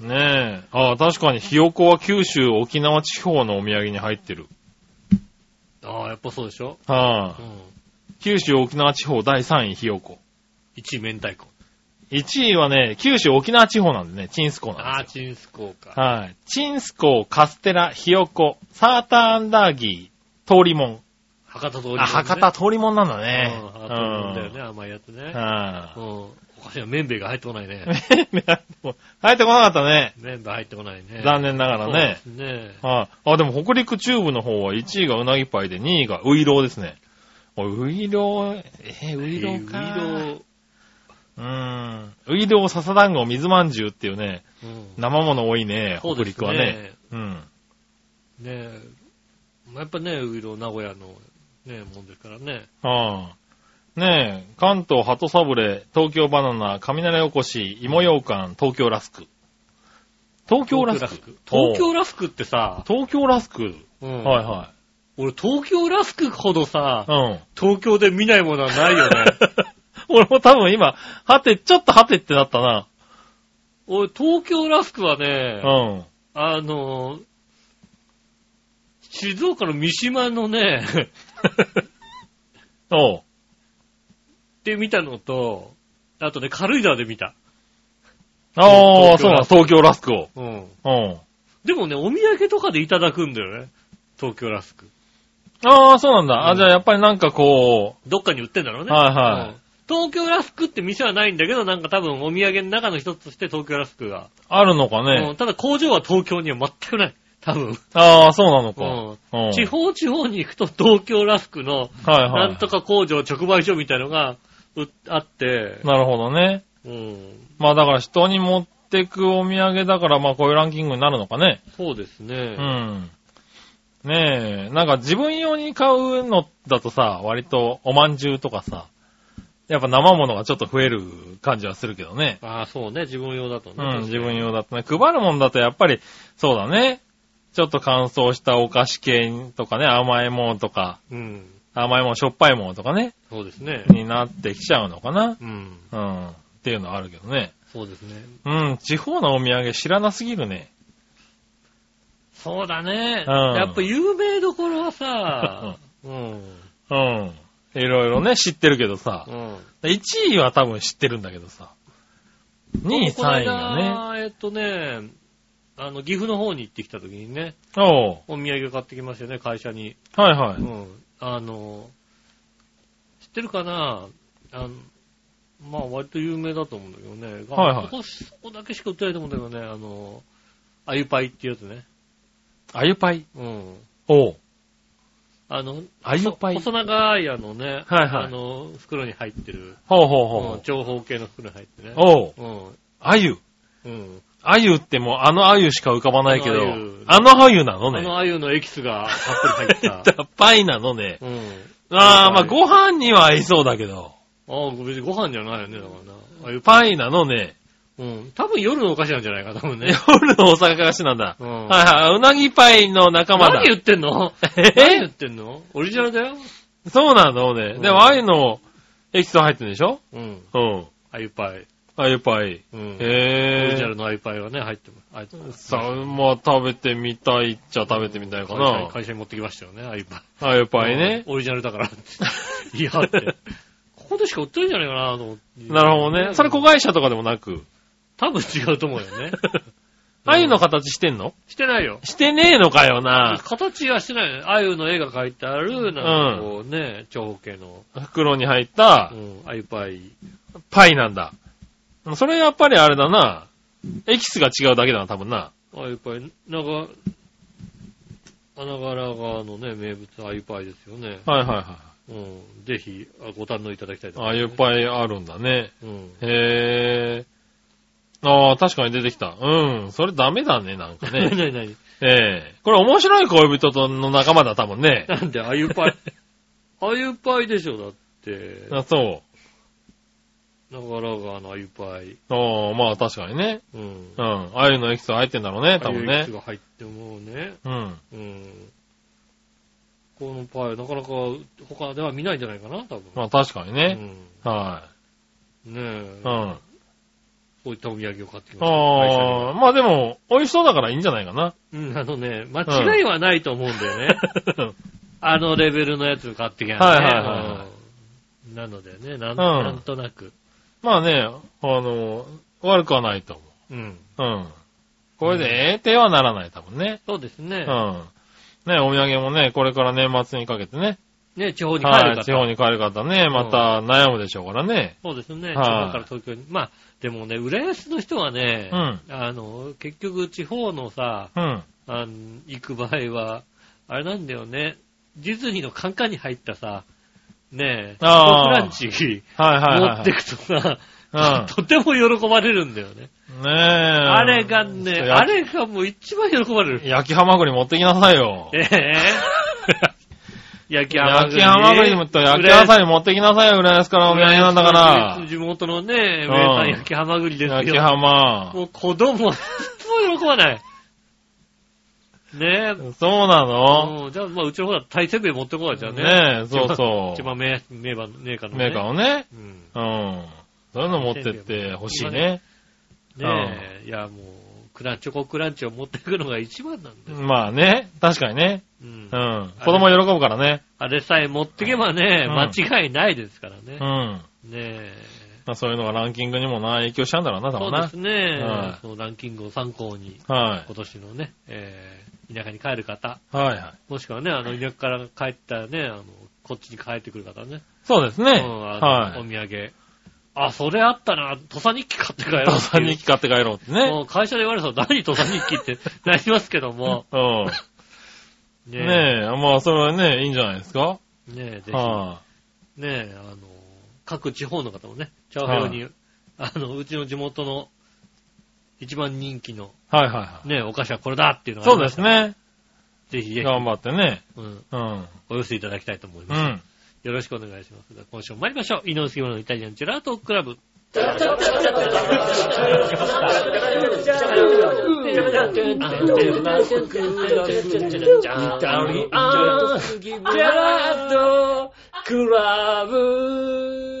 C: い、ねえ。ああ、確かにひよこは九州、沖縄地方のお土産に入ってる。
B: え。ああ、やっぱそうでしょ。
C: は
B: う
C: い、
B: ん。
C: 九州、沖縄地方第3位ひよこ。
B: 1位明太子。
C: 1位はね、九州、沖縄地方なんでね、チンスコなん
B: ああ、
C: で
B: チンスコー
C: す
B: か。
C: よ。はい、チンスコ、カステラ、ひよこ、サーターアンダーギー、通りもん。
B: 博多通りもんね。
C: あ、博多通りもんなんだね。
B: うん、博多通りもんだよね、甘いやつ
C: う
B: ね
C: ん。。は
B: うん。おかしいな、麺米が入ってこない ね。
C: い入ってこなかったね。
B: 麺米入ってこないね。
C: 残念ながらね。
B: そうですね。
C: はい。あ、でも北陸中部の方は1位がうなぎパイで2位がウイローですね。おウイロー、えーウイローか。
B: えーウイロ
C: うーん。ウイロー、笹団子、水まんじゅうっていうね、
B: ーうん
C: 生もの多いね、
B: そう
C: 北
B: ですね
C: 陸はね。うん。
B: ねえ。まあやっぱね、ウイロー名古屋のね、もんですからね。
C: ああ。ねえ、関東、鳩サブレ、東京バナナ、雷おこし、芋ようかん、東京ラスク。東京ラスク
B: 東京ラスクってさ、
C: 東京ラスク。
B: うん
C: はいは
B: 俺東京ラスクほどさ、
C: い。うん。
B: 東京で見ないものはないよ ね。
C: 俺も多分今、はて、ちょっとはてってなったな。
B: 俺東京ラスクは
C: う
B: ね、
C: ん。
B: あのー、静岡の三島の ね、
C: おう。
B: で見たのと、あとね、軽井沢で見た。
C: ああ、
B: 東
C: そ
B: 京
C: うなん
B: ラ
C: だ、東京ラスクを。
B: うん。
C: うん。
B: でもね、お土産とかでいただくんだよね。東京ラスク。
C: ああ、そうなんだ。
B: う
C: あ、
B: ん
C: じゃあやっぱりなんかこ
B: どっかに売ってんだろう
C: う、
B: ね。
C: はいは
B: う
C: い
B: ん。東京ラスクって店はないんだけど、なんか多分お土産の中の一つとして東京ラスクが。
C: あるのか
B: う
C: ね
B: ん。ただ工場は東京には全くない。多分。
C: ああ、そうなのか。
B: う
C: うん
B: ん。地方地方に行くと東京ラスクの、
C: はいは。
B: ないんとか工場直売所みたいのが、うあって、
C: なるほどね。
B: うん。
C: まあだから人に持ってくお土産だから、まあこういうランキングになるのかね。
B: そうですね。
C: うん。ねえ、なんか自分用に買うのだとさ、割とおまんじゅうとかさ、やっぱ生ものがちょっと増える感じはするけどね。
B: ああ、そうね。自分用だとね。
C: うん、自分用だとね。配るもんだとやっぱり、そうだね。ちょっと乾燥したお菓子系とかね、甘いものとか、
B: うん。
C: 甘いもの、しょっぱいものとかね、
B: そうですね。
C: になってきちゃうのかな。
B: うん。
C: うん、っていうのはあるけどね。
B: そうですね。
C: うん、地方のお土産知らなすぎるね。
B: そうだね。
C: うん
B: やっぱ有名どころは さ、うん。
C: うん。いろいろね、知ってるけどさ
B: う。ん。
C: 1位は多分知ってるんだけどさ。2位、
B: この
C: 3位がね。
B: 間えっとね、あの、岐阜の方に行ってきた時にね、
C: おう。
B: お土産を買ってきましたよね、会社に。
C: はいは
B: う
C: い。
B: ん。あの、知ってるかなあの、まあ割と有名だと思うんだけどね。
C: はいはい
B: ここ、そこだけしか売ってないと思うんだけどね、あの、あゆパイっていうやつね。
C: あゆパイ。
B: うん。
C: おう。
B: あの、
C: あゆパイ。
B: 細長いあのね、
C: はいはい
B: あの、袋に入ってる。
C: ほうほう
B: う
C: ほ
B: ん
C: う。
B: 長方形の袋に入ってね。
C: おう。
B: うん。
C: あゆ。
B: うん。
C: アユってもうあのアユしか浮かばないけど、あ
B: あ
C: のアユなの
B: あの
C: ね。
B: アユのエキスがたっぷり 入った。
C: パイなのね。
B: うん。
C: ああ、まあ
B: はい
C: ご飯には合いそうだけど、
B: ああ、別にご飯じゃないよね、だからな。あゆパイ。
C: パイなのね。
B: うん。多分夜のお菓子なんじゃないか、多分ね。
C: 夜の大阪菓子なんだ。
B: う
C: は
B: ん。
C: いはい、うなぎパイの仲間だ
B: 何。言ってんの
C: え
B: 何言ってんのオリジナルだよ。
C: そうなのね。
B: うん
C: でもアユのエキス入ってるでしょ
B: うん。
C: うん。
B: アユパイ。
C: アユパイ。
B: うん。オリ
C: へ
B: ジナル
C: え。
B: のアユパイはね、入ってます。入ってます
C: さあ、まあ食べてみたいっちゃ食べてみたいか
B: 会社
C: な
B: に。会社に持ってきましたよね、アユパイ。
C: アユパイね。
B: うんオリジナルだから って。いや、って。ここでしか売ってるんじゃないかなと思って。
C: なるほどね。それ子会社とかでもなく。
B: 多分違うと思うよ ね。
C: アユの形してんの
B: してないよ。
C: してねえのかよな。
B: 形はしてないよね。アユの絵が描いてある、なんかこうね、長方形の、
C: 袋に入った
B: うん、アユパイ。
C: パイなんだ。それやっぱりあれだな。エキスが違うだけだな、多分な。
B: アユパイ、なんか、穴柄川のね、名物アユパイですよね。
C: はいはいは
B: うん、ぜひあご堪能いただきたいと
C: い。ああ
B: 思い
C: いう
B: ます、
C: パイあるんだね。
B: うん。
C: へえ。ああ、確かに出てきた。うん。それダメだね、なんか
B: なに
C: ね。
B: なになに
C: ええこれ面白い恋人との仲間だ、多分 ね。
B: なんで、あ ゆパイ。あゆパイでしょ、だって。
C: あそう。
B: 長良川のあゆパイ。
C: おー、まあ確かにね。
B: うん
C: う。ん。あゆのエキスが入ってんだろうね、多
B: あゆ
C: 分
B: エキ
C: ね
B: ス。が入ってもうね。
C: うん。
B: うん。このパイ、なかなか他では見ないんじゃないかな、多分。
C: まあ確かに
B: う
C: ね。
B: ん。
C: は
B: ねえ
C: い。う。ん。
B: こういったお土産を買ってきました。会社に
C: あ
B: は
C: あ、まあでも、美味しそうだからいいんじゃないかな。
B: うん、あのね、間違いはないと思うんだよね。 あのレベルのやつ買ってきゃね。
C: はいはいはいはい
B: うんなのでね、なん,、
C: ん
B: なんとなく。
C: まあね、あの、悪くはないと思
B: うん。
C: う。うん。これで、ええ手はならない、多分ね。
B: そうです
C: う
B: ね
C: ん。。ね、お土産もね、これから年末にかけてね。
B: ね、地方に帰る
C: はい、地
B: 方。
C: 方に帰る方ね、また悩むでしょうからね。
B: そうですね。地
C: はい
B: 方から東京に。まあ、でもね、浦安の人はね、
C: うん
B: あの、結局地方のさ、
C: うん。
B: あの、行く場合は、あれなんだよね、ディズニーのカンカンに入ったさ、ねえ、フ
C: あ
B: ラ
C: ー
B: ンチ
C: はいはいはい
B: 持
C: は
B: って
C: い。
B: くとさ、
C: うん
B: とても喜ばれるんだよね。
C: ねえ。あ
B: あれがね、あれがもう一番喜ばれる。
C: 焼きハマグリ持ってきなさいよ。
B: ええ焼きハマ
C: 焼
B: グリ。
C: きハマグリと焼き野菜持ってきなさいよ、浦安からお土産なんだから。
B: 地元のね、名
C: う
B: 産
C: ん
B: 焼きハマグリですよ。
C: 焼きハマ。
B: もう子供、 もう喜ばない。ねえ。
C: そうなの
B: うんじゃあ、まあ、うちの方は大せんべい持ってこうじゃあね。
C: ねえ、そうそ
B: 一
C: う。
B: 番名、名番、メーカーの、ね。
C: メーカーをね。
B: うん。
C: うん。そういうの持ってってほしいね。
B: ねえ、いや、もう、クランチョコクランチを持ってくのが一番なんだよ。
C: まあね、確かにね。
B: うん
C: う。ん。子供喜ぶからね。
B: あれさえ持ってけばね、
C: うん
B: 間違いないですから
C: う
B: ね
C: ん。。ま
B: ね
C: あそういうのがランキングにもな、影響しちゃうんだろうな、
B: え。
C: 多
B: そ
C: 分
B: うです
C: な。
B: ね
C: は。い
B: そのランキングを参考に、
C: は
B: 今年のね、えー田舎に帰る方、
C: い。はいはい。
B: もしくはね、あの、田舎から帰ったらね、あの、こっちに帰ってくる方ね。
C: そうです
B: う
C: ね。
B: ん、あの、
C: は
B: お
C: い。
B: 土産。あ、それあったな、土佐日記買って帰ろうっていう。
C: 父さん日記買って帰ろうってね。
B: もう会社で言われたら何土佐日記って なりますけども。
C: うん。
B: ね
C: ねえ、まあそれはね、いいんじゃないですか。
B: え。ねえ、ぜひ。
C: は
B: ねえ、あの、各地方の方もね、チャオヘヨに、あの、うちの地元の一番人気の
C: い。はいはいは
B: ねえ、お菓子はこれだっていう
C: い。
B: のがあ
C: そ
B: り
C: う
B: ました
C: ですね。
B: ら。ぜひぜ
C: 頑張ってね。
B: ひ、うん、
C: うん。
B: お寄せいただきたいと思いうます。
C: ん。
B: よろしくお願いします。では今週も参りましょう。井上杉村のイタリアンジェラートクラブ。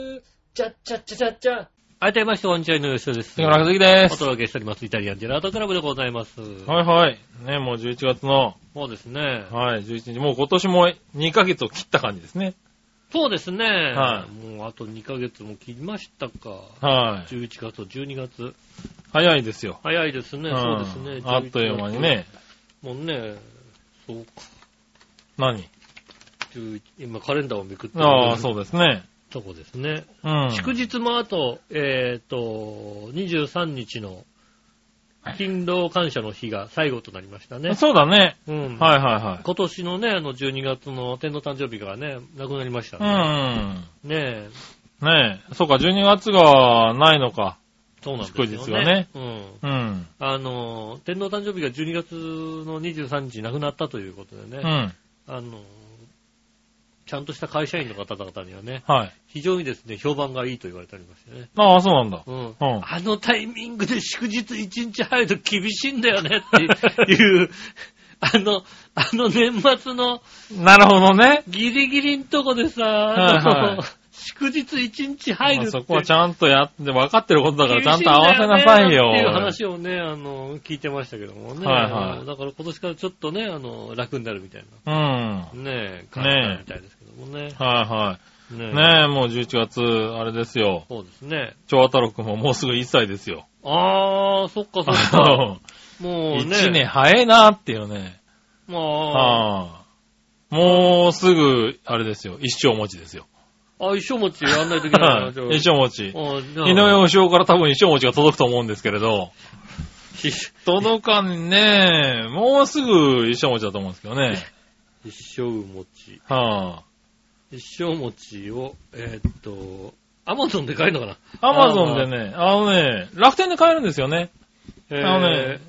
B: はい、どうも、こんにちは、井上杉です。
C: 杉村和樹で
B: お
C: す。
B: 届けしております。イタリアンジェラートクラブでございます。
C: はいはい。ね、もう11月の、
B: そうですね。
C: はい、11日。もう今年も2ヶ月を切った感じですね。
B: そうですね。
C: は
B: もうあと2ヶ月も切りましたか。
C: はい。
B: 11月と12月。
C: 早いですよ。
B: 早いですね。そうですね
C: ん。あっという間に。ね。
B: もうね、そうか。
C: 何
B: 11今カレンダーをめくって。
C: ああ、そううですね。
B: とこですね。
C: うん。
B: 祝日もあと、えっ、と、23日の勤労感謝の日が最後となりましたね。
C: そうだね。
B: うん。
C: はいは
B: 今年のね、あの12月の天皇誕生日がね、亡くなりました
C: い
B: ね。
C: はい。
B: ねえ、
C: うん。ねえ。そうか、12月がないのか。
B: そうなんですよね。
C: 祝日がね。
B: うん。
C: うん。
B: あの、天皇誕生日が12月の23日亡くなったということでね。
C: うん。
B: あの、ちゃんとした会社員の方々にはね、
C: はい。
B: 非常にですね、評判がいいと言われておりましてね。
C: ああ、そうなんだ。
B: うん。
C: うん。
B: あのタイミングで祝日1日入ると厳しいんだよねっていう、あの、あの年末の
C: なるほどね。
B: ギリギリんとこでさ、
C: はいはい
B: あの祝日1日入る
C: ま
B: って
C: あそこはちゃんとやって、分かってることだからちゃんと合わせなさ
B: 厳
C: いよ。
B: しんだねっていう話をね、あの、聞いてましたけどもね。
C: はいはい
B: あのだから今年からちょっとね、あの、楽になるみたい
C: うん。は
B: な。ねえ、感じ
C: ねえ
B: みたいですけどもね
C: い。は
B: ね
C: い。
B: え
C: ねえ、もう11月、あれですよ。
B: そうですね。
C: 超太郎くんももうすぐ1歳ですよ。
B: あー、そっかそっか。
C: 1
B: もうね。
C: 年。早いなっていうね。
B: まあ、
C: ああ。もうすぐ、あれですよ。一生持ちですよ。
B: あ、一生持ちやんないといけないな。じゃあ
C: 一生持ち。
B: あじゃあ
C: 井上義雄から多分一生持ちが届くと思うんですけれど。
B: ひ
C: 届かんねえ。もうすぐ一生持ちだと思うんですけどね。
B: 一生持ち。
C: は
B: 一生持ちを、えーっと、アマゾンで買えるのかな
C: あ。アマゾンでね、あのね、楽天で買えるんですよね。
B: えー
C: あのね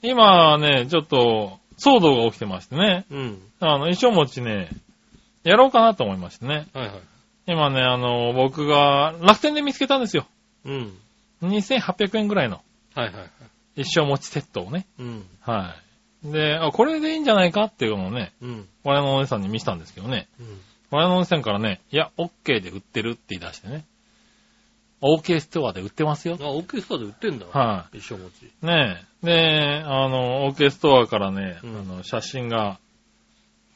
C: 今ね、ちょっと騒動が起きてましてね。
B: うん。
C: あの、一生持ちね、やろうかなと思いましてね。
B: はいはい。
C: 今ね、あの、僕が楽天で見つけたんですよ。
B: うん。
C: 2800円ぐらいの
B: はいはいはい。
C: 一生持ちセットをね。
B: うん。
C: はい。で、あ、これでいいんじゃないかっていうのをね、
B: うん。
C: 我々のお姉さんに見せたんですけどね。
B: うん。
C: 我々のお姉さんからね、いや、OK で売ってるって言い出してね。OK ストアで売ってますよ。
B: あ、オーケストラで売ってんだ。。
C: はい
B: 一生持ち。
C: い。ねえ。で、あの、OK ストアからね、
B: うん
C: あの写真が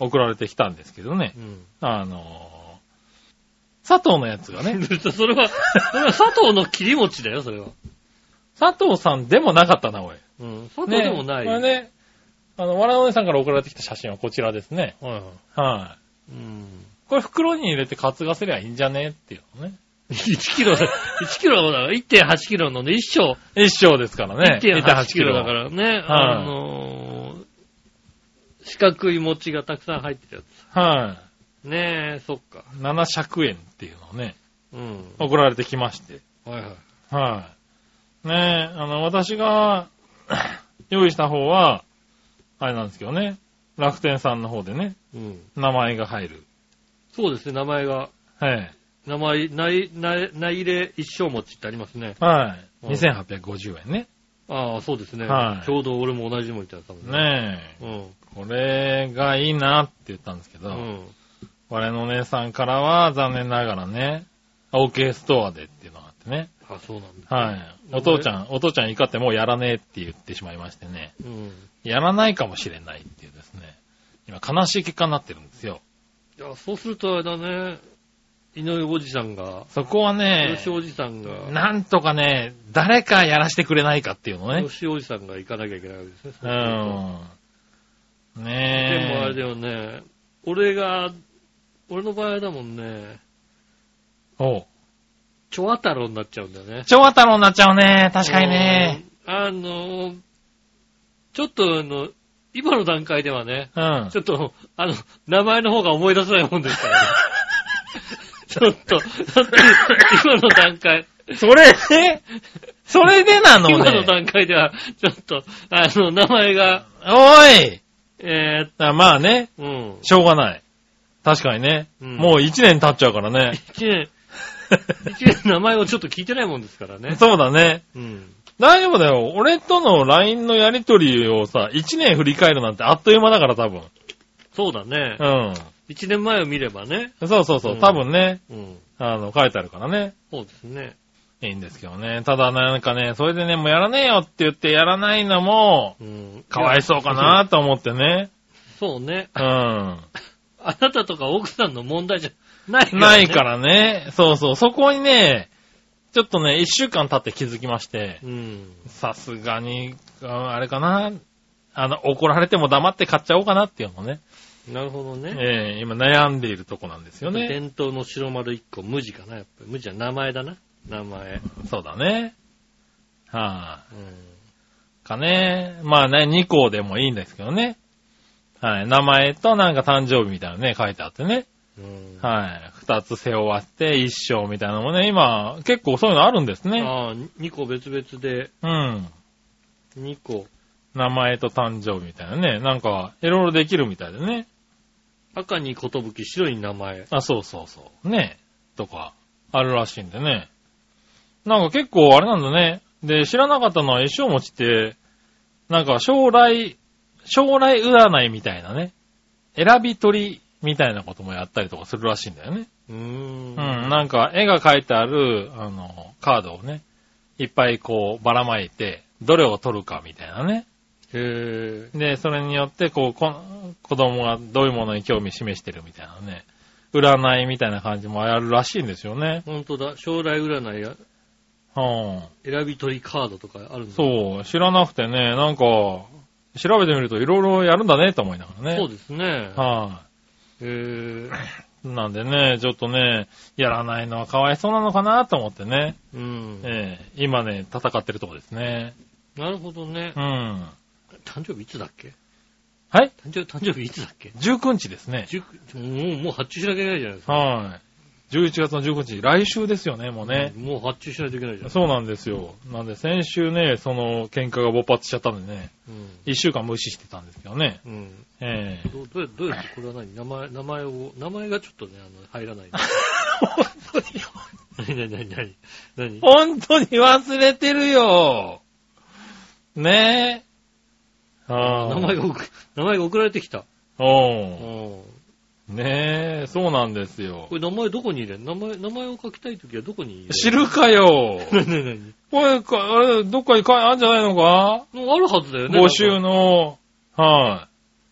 C: 送られてきたんですけどね。
B: うん。
C: あの、佐藤のやつ がね、
B: それは、それは佐藤の切り餅だよ、それは。
C: 佐藤さんでもなかったな、おい。
B: うん。佐藤でもない。
C: ねこれね、あの、笑いのお姉さんから送られてきた写真はこちらですね。
B: はいはい。
C: は
B: うん。
C: い。これ袋に入れて担がせりゃいいんじゃねっていうのね。
B: 1キロ、1キロだから、1.8キロのね、一生、
C: 一生ですからね。。
B: 1.8キロだかららね、
C: はい
B: あのー四角い餅がたくさん入ってるや
C: は
B: つ。ねえ、そっか。
C: い。7尺円っていうのをね、
B: うん。
C: 送られてきまして。
B: はいはい。
C: はい。ねえ、あの、私が 用意した方は、あれなんですけどね、楽天さんの方でね、
B: うん。
C: 名前が入る。
B: そうですね、名前が。
C: はい。
B: 名前、ない、ない、ない入れ一生餅ってありますね。
C: はい。
B: うん
C: 2850円ね。
B: ああ、そうですね。
C: はい
B: ちょうど俺も同じのいた多分ね。
C: ねえ、これがいいなって言ったんですけど、
B: うん。うん。
C: 我のお姉さんからは残念ながらね、OK ストアでっていうのがあってね。
B: あ、そうなんだ。
C: はい。お父ちゃん、お父ちゃん怒ってもうやらねえって言ってしまいましてね。
B: うん。
C: やらないかもしれないっていうですね。今悲しい結果になってるんですよ。
B: いや、そうするとあれだね、井上おじさんが、
C: そこはね、
B: 吉おじさんが、
C: なんとかね、誰かやらせてくれないかっていうのをね。
B: 吉おじさんが行かなきゃいけないわけですね。そう
C: う
B: すると
C: ん。
B: で
C: ねえ。
B: もあれだよね、俺が、俺の場合だもんね、
C: おう。
B: チョア太郎になっちゃうんだよね。
C: 昭和太郎になっちゃうね。確かにね。
B: うん。あの、ちょっとあの、今の段階ではね、
C: うん。
B: ちょっと、あの、名前の方が思い出せないもんです からね。ちょっと、だって今の段階、
C: それで、 それでなのね。
B: 今の段階では、ちょっと、あの、名前が、
C: おい
B: え
C: あまあね、
B: ー、うん。
C: しょうがない。確かにね。
B: うん
C: もう一年経っちゃうからね。
B: 一年、一年名前をちょっと聞いてないもんですから ね。
C: そうだね。
B: うん。
C: 大丈夫だよ。俺との LINE のやりとりをさ、一年振り返るなんてあっという間だから多分。
B: そうだね。
C: う
B: 一年前を見ればね。
C: ん。そうそうそうう。
B: ん
C: 多分ね、
B: うん。
C: あの、書いてあるからね。
B: そうですね。
C: いいんですけどね。ただなんかね、それでね、もうやらねえよって言ってやらないのも、
B: うん。
C: かわいそうか
B: いや。
C: なと思っ てね。
B: そうね。
C: うん。
B: あなたとか奥さんの問題じゃないから、ね。
C: ないか。らね。そうそう。そこにね、ちょっとね、一週間経って気づきまして、
B: うん。
C: さすがに、ああれかな。あの、怒られても黙って買っちゃおうかなっていうのをね。
B: なるほどね。
C: ええ今悩んでいるとこなんですよね。
B: 伝統の白丸一個、無地かな、やっぱり。無地は名前だな。名前。
C: そうだね。
B: う
C: はあ、かね。まあね、2校でもいいんですけどね。はい。名前となんか誕生日みたいなのね、書いてあってね。
B: ん。うん。
C: はい。2つ背負わせて、1章みたいなのもね、今、結構そういうのあるんですね。
B: ああ、2個別々で、
C: うん。
B: 2個。
C: 名前と誕生日みたいなね。なんか、いろいろできるみたいでね。
B: 赤に寿、白に名前。
C: あ、そうそうそう。ね。とか、あるらしいんでね。なんか結構あれなんだね。で、知らなかったのは一生持ちって、なんか将来、将来占いみたいなね。選び取りみたいなこともやったりとかするらしいんだよね。
B: うーん。
C: うん。なんか絵が描いてある、あの、カードをね、いっぱいこうばらまいて、どれを取るかみたいなね。
B: へえ。
C: で、それによって、こう、こ子供がどういうものに興味示してるみたいなね、占いみたいな感じもやるらしいんですよね。
B: ほんとだ。将来占いや
C: うん。
B: 選び取りカードとかあるんだ。
C: そう、知らなくてね、なんか、調べてみるといろいろやるんだねと思いながらね。
B: そう
C: で
B: ですね。
C: は
B: へえ。
C: い、なんでね、ちょっとね、やらないのはかわいそうなのかなと思ってね、
B: うん。
C: ええ今ね、戦ってるとこですね。
B: なるほどね
C: う。ん。
B: 誕生日いつだっけ
C: はい
B: 誕生誕生日いつだっけ
C: ?19 日ですね。
B: じゅもう、もう発注しなきゃいけないじゃないですか。
C: はい。11月の19日、来週ですよね、もうね。
B: もう発注しないといけないじゃないですか。
C: そうなんですよ。なんで先週ね、その喧嘩が勃発しちゃったんでね、
B: うん。
C: 一週間無視してたんですけどね。
B: うん。
C: ええ
B: どうどうやどうやってこれは何名前、名前を、名前がちょっとね、あの、入らない。 何何何何何
C: 本当に忘れてるよ。ねえ。ああ。
B: 名前が送、名前が送られてきた。うん。
C: う
B: こ
C: ん。ねえ、そうなんですよ。
B: れ名前どこに入れる名前、名前を書きたいときはどこに入れる
C: 知るかよ。
B: 何何何
C: これ、かあれ、どっかに書いあんじゃないのか
B: もうあるはずだよね。
C: 募集の、は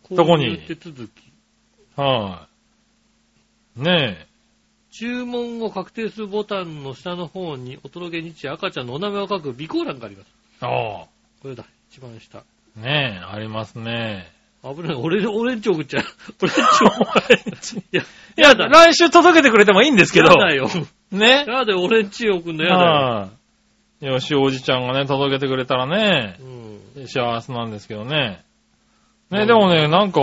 B: ど
C: ど
B: こ
C: こ
B: に
C: に
B: 手続き。
C: い、はい、ね
B: 注文を確定するボタンの下の方に、おとろげ日赤ちゃんのお名前を書く備考欄があります。
C: え。あ
B: これだ、一番下。
C: あ。ねえ、ありますね。
B: 危ない。俺、俺んち送っちゃう。俺んち送っちゃう。いや、
C: いや、
B: だ
C: 来週届けてくれてもいいんですけ
B: や
C: ど。
B: だよ。
C: ね。
B: やだよ、俺んち送んのやだよ。
C: はい、よし、おじちゃんがね、届けてくれたらね
B: う、ん。
C: 幸せなんですけどね。
B: う
C: ね、
B: ん
C: でもね、なんか、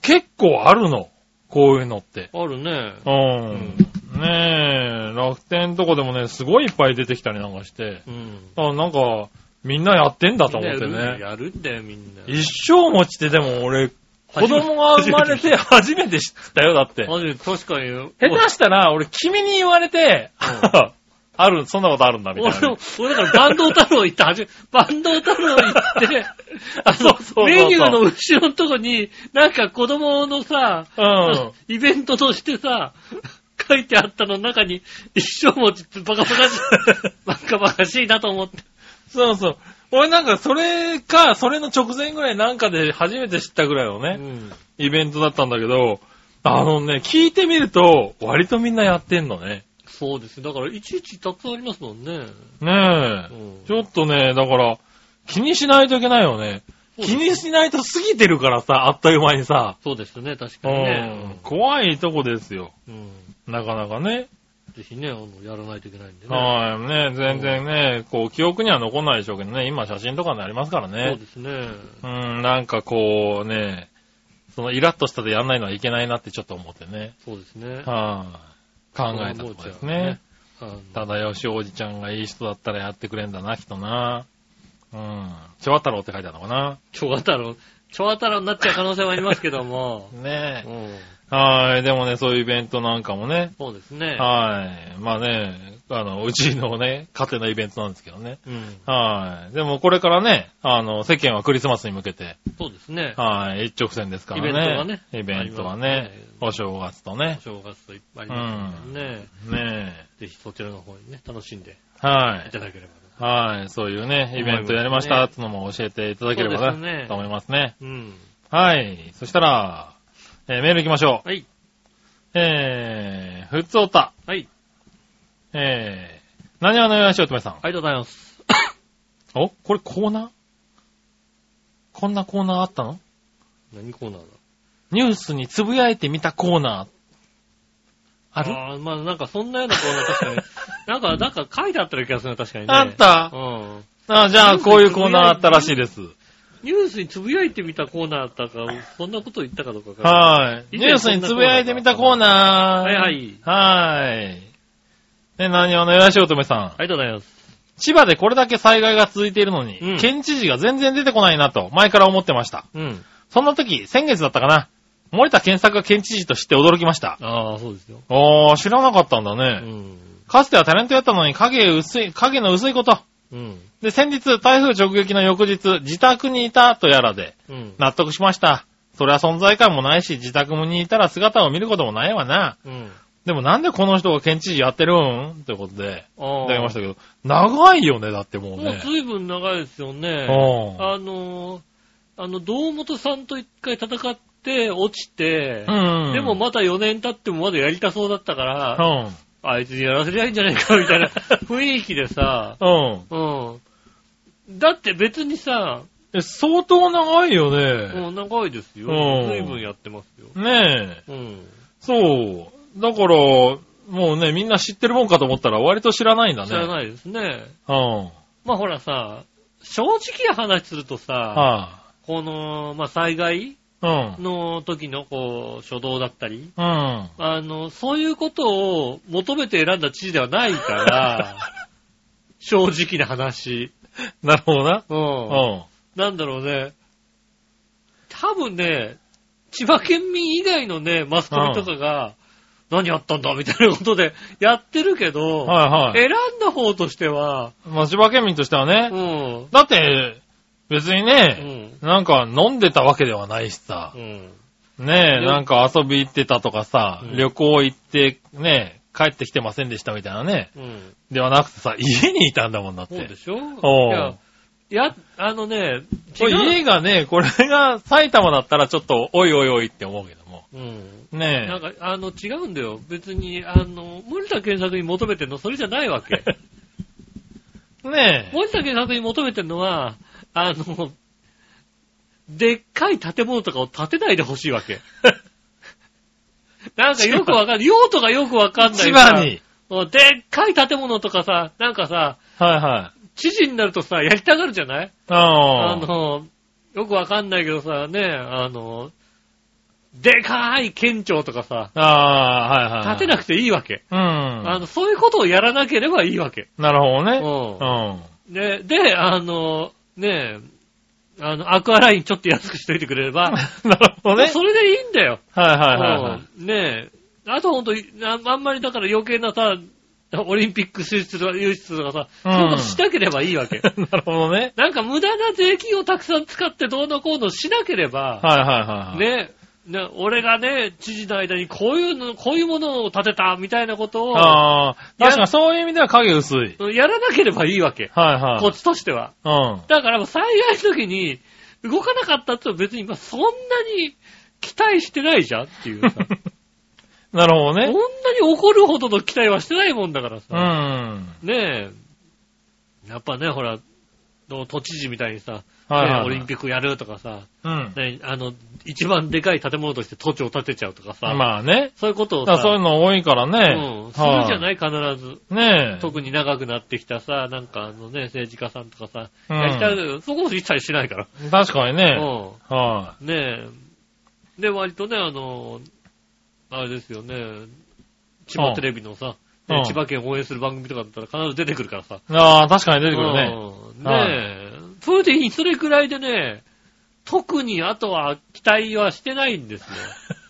C: 結構あるの。こういうのって。
B: あるね。
C: うん。ねえ、楽天とこでもね、すごいいっぱい出てきたりなんかして。
B: うん。
C: あ、なんか、みんなやってんだと思って
B: みんなやる
C: ね。
B: やるんだよ、みんな。
C: 一生持ちってでも俺、子供が生まれて初めて知ったよ、だって。
B: マジで確かに。
C: 下手したら、俺君に言われて、 ある、そんなことあるんだ、みたい
B: 俺
C: な
B: も。、俺だから、バンド太郎行った、はじバンド太郎行って、あ
C: そうそうそうそ
B: の、
C: う
B: メニューの後ろのとこに、なんか子供のさ、
C: うん。
B: イベントとしてさ、書いてあったの中に、一生持ちってバカバカしい、 バカバカしいなと思って。
C: そうそう。俺なんか、それか、それの直前ぐらいなんかで初めて知ったぐらいの
B: う
C: ね、
B: ん。
C: イベントだったんだけど、あのね、聞いてみると、割とみんなやってんのね。
B: そうですね。だから、いちいちたくさんありますもんね。
C: ね
B: う
C: え。
B: ん
C: ちょっとね、だから、気にしないといけないよね。気にしないと過ぎてるからさ、あっという間にさ。
B: そうですね、確
C: う
B: かに
C: ん
B: ね。。
C: 怖いとこですよ。
B: うん。
C: なかなかね。
B: ぜひね、あのやらないといけないんでね。
C: はい。ね全然ね、こう、記憶には残んないでしょうけどね、今写真とかになりますから
B: そう
C: ね。
B: ですね。
C: うん、なんかこうね、そのイラッとしたでやんないのはいけないなってちょっと思ってね。
B: そうですね。
C: はい。考えたとこですね。
B: あの
C: ただ、よしおじちゃんがいい人だったらやってくれんだな、きっとな。うん。ちょわ太郎って書いてあるのかな。。
B: 蝶和太郎、蝶和太郎になっちゃう可能性もありますけども
C: ねえ。
B: うん。
C: はい。でもね、そういうイベントなんかもね。
B: そうですね。
C: はい。まあね、あの、うちのね、家庭のイベントなんですけどね。
B: うん。
C: はい。でもこれからね、あの、世間はクリスマスに向けて、
B: そうですね。
C: はい、一直線ですから
B: イ
C: ね。
B: ベントはね
C: イベントは
B: あり
C: ね
B: ますね、
C: お正月と
B: お
C: ね。
B: 正月といっぱいありますからね。
C: ね
B: ぜひそちらの方にね、楽しんで
C: え。はい
B: いただければ。
C: い。はい。そういうね、イベントやりましたってのも教えていただければ
B: そうですね
C: な、と思いますね。
B: うん。
C: はい。そしたら、えーメール行きましょう。
B: はい。
C: えー、ふつおた。
B: はい。
C: えー、何話のよしおとめさん。
B: ありがとうございます。
C: おこれコーナーこんなコーナーあったの
B: 何コーナーだ
C: ニュースにつぶやいてみたコーナー。ある
B: あーまあなんかそんなようなコーナー確 かに。なんか、なんか書いてあったような気がするな、確かにね。
C: あった
B: うん。
C: あじゃあ、こういうコーナーあったらしいです。
B: ニュースにつぶやいてみたコーナーだったか、そんなこと言ったかどうかわかんない
C: はい。ニュースにつぶやいてみたコーナー。
B: はいはい。
C: はい。ね、何をね、よしおとめさん。
B: ありがとうございます。
C: 千葉でこれだけ災害が続いているのに、
B: うん
C: 県知事が全然出てこないなと、前から思ってました。
B: うん。
C: そんな時、先月だったかな。森田健作が県知事と知って驚きました。
B: ああ、そうですよ。
C: あー、知らなかったんだ
B: う
C: ね。
B: ん。
C: かつてはタレントやったのに影薄い、影の薄いこと。
B: うん。
C: で、先日、台風直撃の翌日、自宅にいたとやらで、
B: うん。
C: 納得しました。それは存在感もないし、自宅にいたら姿を見ることもないわな。
B: うん。
C: でもなんでこの人が県知事やってるんってことで、い
B: あ
C: ただきましたけど、長いよね、だってもう
B: もう
C: ね。
B: 随分長いですよね。
C: うん
B: あのー、あの、堂本さんと一回戦って、落ちて、
C: うん。
B: でもまた4年経ってもまだやりたそうだったから、
C: うん。
B: あいつにやらせりゃいいんじゃないか、みたい な雰囲気でさ、
C: うん。
B: うん。だって別にさ、
C: え相当長いよ
B: も
C: ね。
B: う長いですよ。
C: うん
B: 随分やってますよ。
C: ねえ。
B: うん。
C: そう。だから、もうね、みんな知ってるもんかと思ったら割と知らないんだね。
B: 知ら
C: い。
B: ないですね。
C: うん。はい、
B: まあほらさ、正直な話するとさ、この、まあ災害
C: うん。
B: の時のこう、初動だったり、
C: うん。
B: あの、そういうことを求めて選んだ知事ではない から、正直な話。
C: なるほどな。
B: う。
C: うんん。
B: なんだろうね。多分ね、千葉県民以外のね、マスコミとかが、何やったんだみたいなことで やってるけど、
C: はいはい。
B: 選んだ方としては、
C: まあ、千葉県民としてはね
B: う、ん、
C: だって、別に
B: う
C: ね、
B: ん、
C: なんか飲んでたわけではないしさ
B: う、ん、
C: ねえ、
B: ね
C: なんか遊び行ってたとかさ
B: う、ん
C: 旅行行って、ね帰ってきてませんでしたみたいなね、
B: うん。
C: ではなくてさ、家にいたんだもんだっ
B: そうで
C: て。
B: しょ
C: おう
B: いや、いや、あのね、
C: これ
B: 違う。
C: 家がね、これが埼玉だったらちょっと、おいおいおいって思うけども。
B: うん。
C: ね
B: なんか、あの、違うんだよ。別に、あの、森田健作に求めてるの、それじゃないわけ。
C: え。ねえ。
B: 森田健作に求めてるのは、あの、でっかい建物とかを建てないでほしいわけ。 なんかよくわかんない。用途がよくわかんないさ。
C: 千葉に。
B: もうでっかい建物とかさ、なんかさ、
C: はいはい。
B: 知事になるとさ、やりたがるじゃないあ
C: ああ。
B: の、よくわかんないけどさ、ね、あの、でかい県庁とかさ、
C: ああ、はいはい。
B: 建てなくていいわけ。
C: うん。
B: あの、そういうことをやらなければいいわけ。
C: なるほど
B: う
C: ね。
B: ん
C: う。ん。
B: で、で、あの、ねえ、あの、アクアラインちょっと安くしといてくれれば、
C: なるほどね。
B: それでいいんだよ。
C: はいはいはいはい。
B: うんねえ。あとほんと、ああんまりだから余計なさ、オリンピック出出とか、輸出とかさ、
C: うん
B: そういうことしなければいい わけ。
C: なるほどね。
B: なんか無駄な税金をたくさん使ってどうのこうのしなければ、
C: はいはいはいはい。
B: ねえ、ね俺がね、知事の間にこういうの、こういうものを建てたみたいなことを、
C: ああ、確かにそういう意味では影薄い。はい
B: やらなければいいわけ。
C: は
B: こ
C: い
B: っ。ちとしては。
C: うん。
B: だからもう災害の時に動かなかったって別にまあそんなに期待してないじゃんっていう さ。
C: なるほ
B: そん
C: ど
B: なに
C: ね。
B: 怒るほどの期待はしてないもんだから
C: う
B: さ。
C: ん。
B: ねえ。やっぱね、ほら、の都知事みたいにさ、
C: はいはい
B: ねオリンピックやるとかさ、
C: うん。
B: ね、あの、一番でかい建物として都庁建てちゃうとかさ、
C: まあね。
B: そういうことを
C: だから
B: さ、
C: そういうの多いから
B: う
C: ね
B: ん。するじゃ
C: い
B: ない必ず。
C: ねえ。
B: 特に長くなってきたさ、なんかあのね、政治家さんとかさ、
C: うん
B: やりたいけど、そこも一切しないから。
C: 確かにね。
B: うん
C: は
B: ねえ。で、割とね、あの、あれですよね、千葉テレビのさ、ね
C: うん
B: 千葉県を応援する番組とかだったら必ず出てくるからさ。
C: い。ああ、確かに出
B: 出
C: てくるね。
B: ねえ。それでいい、それくらいでね、特にあとは期待はしてないんです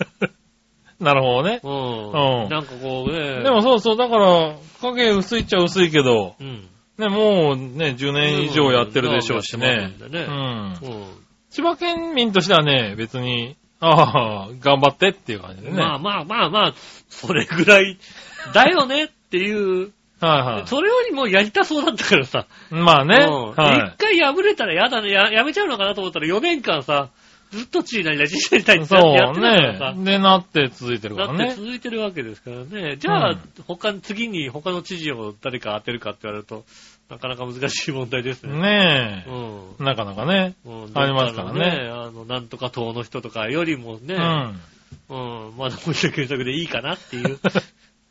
C: なるほどね。
B: よ。
C: う
B: うんん。なんかこうね。
C: でも、そうそう、だから、影薄いっちゃ薄いけど、
B: うん。
C: ね、もうね、10年以上やってるでしょうし
B: やっ。
C: ね
B: てますん
C: う
B: でね
C: ん
B: う。
C: 千葉県民としてはね、別に、ああ、頑張ってっていう感じで
B: ん。
C: ね。
B: まあまあまあまあ、それぐらいだよねっていう。
C: はいはい。
B: それよりもやりたそうだったからさ。
C: まあね。
B: うん
C: は
B: 一回破れたらやだね、や、やめちゃうのかなと思ったら4年間さ、ずっと地位なりなり、地位なり
C: い。
B: なり
C: そ
B: やってやっ
C: う
B: てたからさ。
C: ね。で、なって続いてるから
B: だって
C: ね。
B: 続いてるわけですからね。じゃあ、
C: うん
B: 他に、次に他の知事を誰か当てるかって言われると、なかなか難しい問題ですね。
C: ね
B: うん。
C: え。なかなかね。
B: うん
C: ありますからね
B: だったあの、なんとか党の人とかよりも
C: う
B: ね、
C: ん。
B: うん、まだこういう検索でいいかなっていう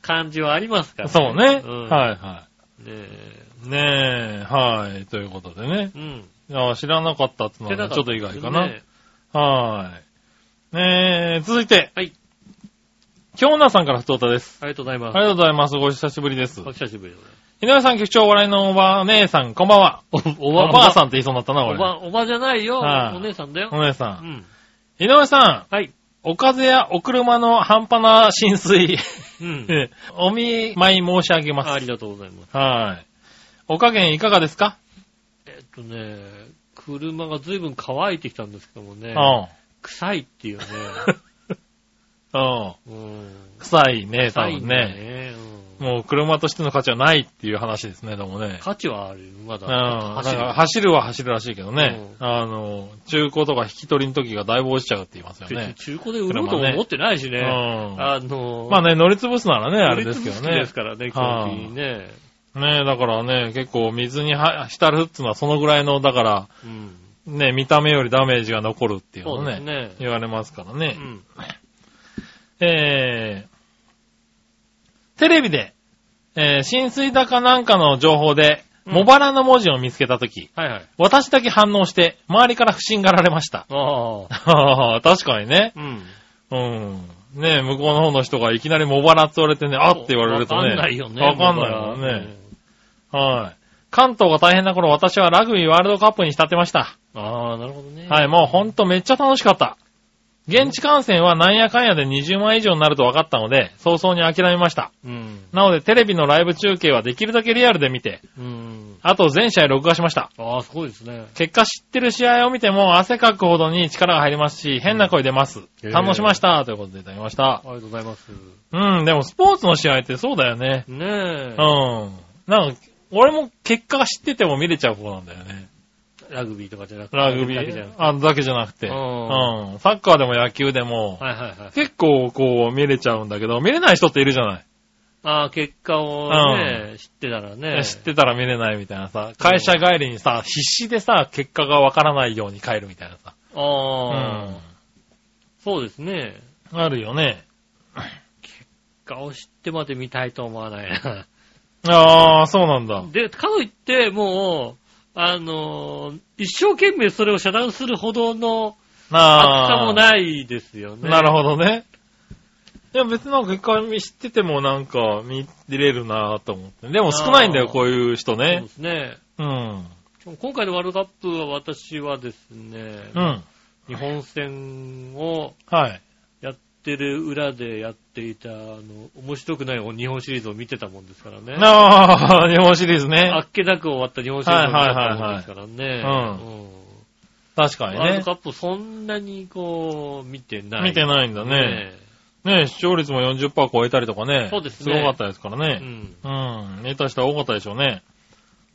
B: 感じはありますから
C: そうね。
B: うん
C: はいは
B: ねえ
C: い。ねえ、はい。ということでね。
B: うん。
C: ああ知らなかったってのはちょっと意外かな。
B: ね
C: はーい。ねえ、続いて。
B: はい。
C: 京奈さんからふとたです。
B: ありがとうござい
C: あ
B: ま
C: り
B: す。
C: がとうございます。ご久しぶりです。
B: お久しぶりでございます。
C: 井上さん局長、お笑いのおばあ姉さん、こんばんは。
B: お
C: お
B: ば、
C: ばあさんって言いそうになったな、
B: お
C: 俺。
B: ば、おばじゃないよ。
C: はい
B: お姉さんだよ。
C: お姉さ。
B: うんん。
C: 井上さん、
B: はい。
C: お風やお車の半端な浸水、
B: うん。
C: お見舞い申し上げ
B: あ
C: ま
B: あ
C: す。
B: りがとうございます。
C: はい。お加減いかがですか
B: えっとね、車が随分乾いてきたんですけども
C: う
B: ね
C: ん。、う
B: 臭いって いうね。
C: ん。
B: うん
C: 臭いね、多
B: 臭い
C: 分
B: んだ
C: ね。
B: ね。うん
C: もう車としての価値はないっていう話ですね、でもね。
B: 価値はあるよ、ま
C: う
B: だ。
C: ん。なん
B: 走る
C: か走るは走るらしいけどね。あの、中古とか引き取りの時がだいぶ落ちちゃうって言いますよ
B: 別に
C: ね。
B: 中古で売ろうとも思ってないし
C: う
B: ね。
C: ん。
B: あの、
C: まあね、乗り潰すならね、あ
B: あ
C: れですけど
B: で
C: ね
B: す。からね、基
C: は
B: 本
C: い
B: 的にね。
C: ねえ、だからね、結構水には浸るっつうのはそのぐらいの、だから、
B: うん。
C: ね、見た目よりダメージが残るっていう
B: そ
C: の
B: うです
C: ね、
B: ね。
C: 言われますから
B: う
C: ね。
B: ん。
C: えー、テレビで、えー浸水だかなんかの情報で、
B: うん
C: 茂原の文字を見つけたとき、
B: はいはい。
C: 私だけ反応して、周りから不信がられました。
B: ああ。
C: 確かにね。
B: うん。
C: うん。ねえ向こうの方の人がいきなり茂原って言われてね、あって言われるとね。
B: わかんないよね。
C: わかんな
B: だ
C: いよ
B: から
C: ね。。はい。関東が大変な頃、私はラグビーワールドカップに浸ってました。
B: ああ、なるほどね。
C: はい、もうほんとめっちゃ楽しかった。現地観戦はなんやかんやで20万以上になると分かったので、早々に諦めました。
B: うん。
C: なので、テレビのライブ中継はできるだけリアルで見て、
B: うん。
C: あと全試合録画しました。
B: ああ、すごいですね。
C: 結果知ってる試合を見ても汗かくほどに力が入りますし、変な声出ます。
B: へえ
C: 堪能しました。ということでいただきました
B: あ。りがとうございます。
C: うん、でもスポーツの試合ってそうだよね。
B: ねえ
C: う。ん。なんか、俺も結果が知ってても見れちゃう方なんだよね。
B: ラグビーとかじゃなくて。
C: ラグビ
B: だけじゃな
C: ー
B: くて。
C: あだけじゃなくて。
B: う
C: うんん。サッカーでも野球でも、
B: はいはいはい。
C: 結構こう見れちゃうんだけど、見れない人っているじゃない。
B: ああ、結果をね、知ってたらね。
C: 知ってたら見れないみたいなさ、会社帰りにさ、必死でさ、結果がわからないように帰るみたいなさ。
B: ああ、そうですね。
C: うん。あるよね。
B: 顔知ってまで見たいと思わないな。
C: ああ、そうなんだ。
B: で、かといって、もう、あのー一生懸命それを遮断するほどの悪
C: ああ。
B: 化もないですよね。
C: なる
B: ほ
C: ほどね。いや、別の結果知っててもなんか見れるなと思って。でも少ないんだ
B: あ
C: よ、
B: ー
C: こういう人
B: そう
C: ね
B: で。すね。
C: うん。
B: 今回のワールドカップは私はですね、
C: うん。
B: 日本戦を
C: はい。
B: やってる裏でやっていた、あの、面白くない日本シリーズを見てたもんですからね。
C: ああ、日本シリーズ
B: あ
C: ね。
B: っけなく終わった日本シリーズを見てたもんですからね。
C: はい
B: うん
C: 確かに
B: ワール
C: ね
B: ドカ。ップそんなにこう、見てない。
C: 見てないんだね。ね視聴率も40%超えたりとかね。
B: そうですね
C: すごかったですから
B: え。う
C: ね。
B: ん。
C: うん。ネタした多かったでしょうね。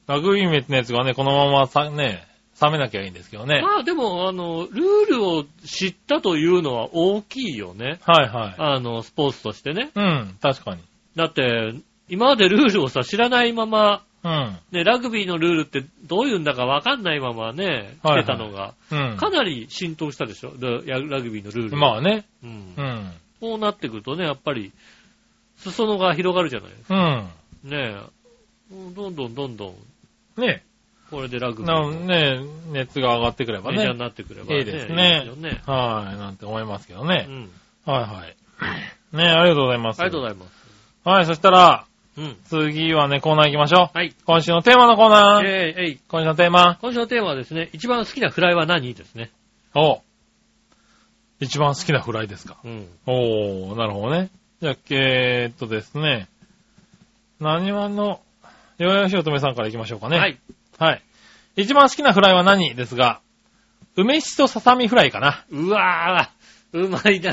C: ラグビー熱のやつがね、このままさ、ね、冷めなきゃいいんですけどね。
B: まあでも、あの、ルールを知ったというのは大きいよね。
C: はいはい。
B: あの、スポーツとしてね。
C: うん、確かに。
B: だって、今までルールをさ、知らないまま、
C: うん。
B: ね、ラグビーのルールってどういうんだかわかんないままね、来
C: はいはい
B: てたのが、
C: うん。
B: かなり浸透したでしょ、ララグビーのルール。
C: まあね。
B: うん
C: う。ん。
B: こうなってくるとね、やっぱり、裾野が広がるじゃない
C: うん。
B: ねえ。どんどんどんどん、
C: ね
B: これでラグビー
C: な
B: も。
C: ね熱が上がってくれば
B: メジャー
C: ね
B: に。なってくれば、
C: いいですね
B: いいよね。
C: はい、なんて思いますけど
B: う
C: ね。
B: ん。
C: はいはい。ねありがとうございます。
B: ありがとうご
C: ざい
B: ざいます。
C: ます。はい、そしたら、
B: うん。
C: 次はね、コーナー行きましょう。
B: はい。
C: 今週のテーマのコーナー。
B: えい、えい。
C: 今週のテーマ。
B: 今週のテーマはですね、一番好きなフライは何ですね。
C: お一番好きなフライですか。
B: うん。
C: おー、なるほどね。じゃあ、えーっとですね。何話の、よよしおとめさんから行きましょうかね。
B: はい。
C: はい。一番好きなフライは何ですが、梅しそささみフライかな。
B: うわぁ、うまい な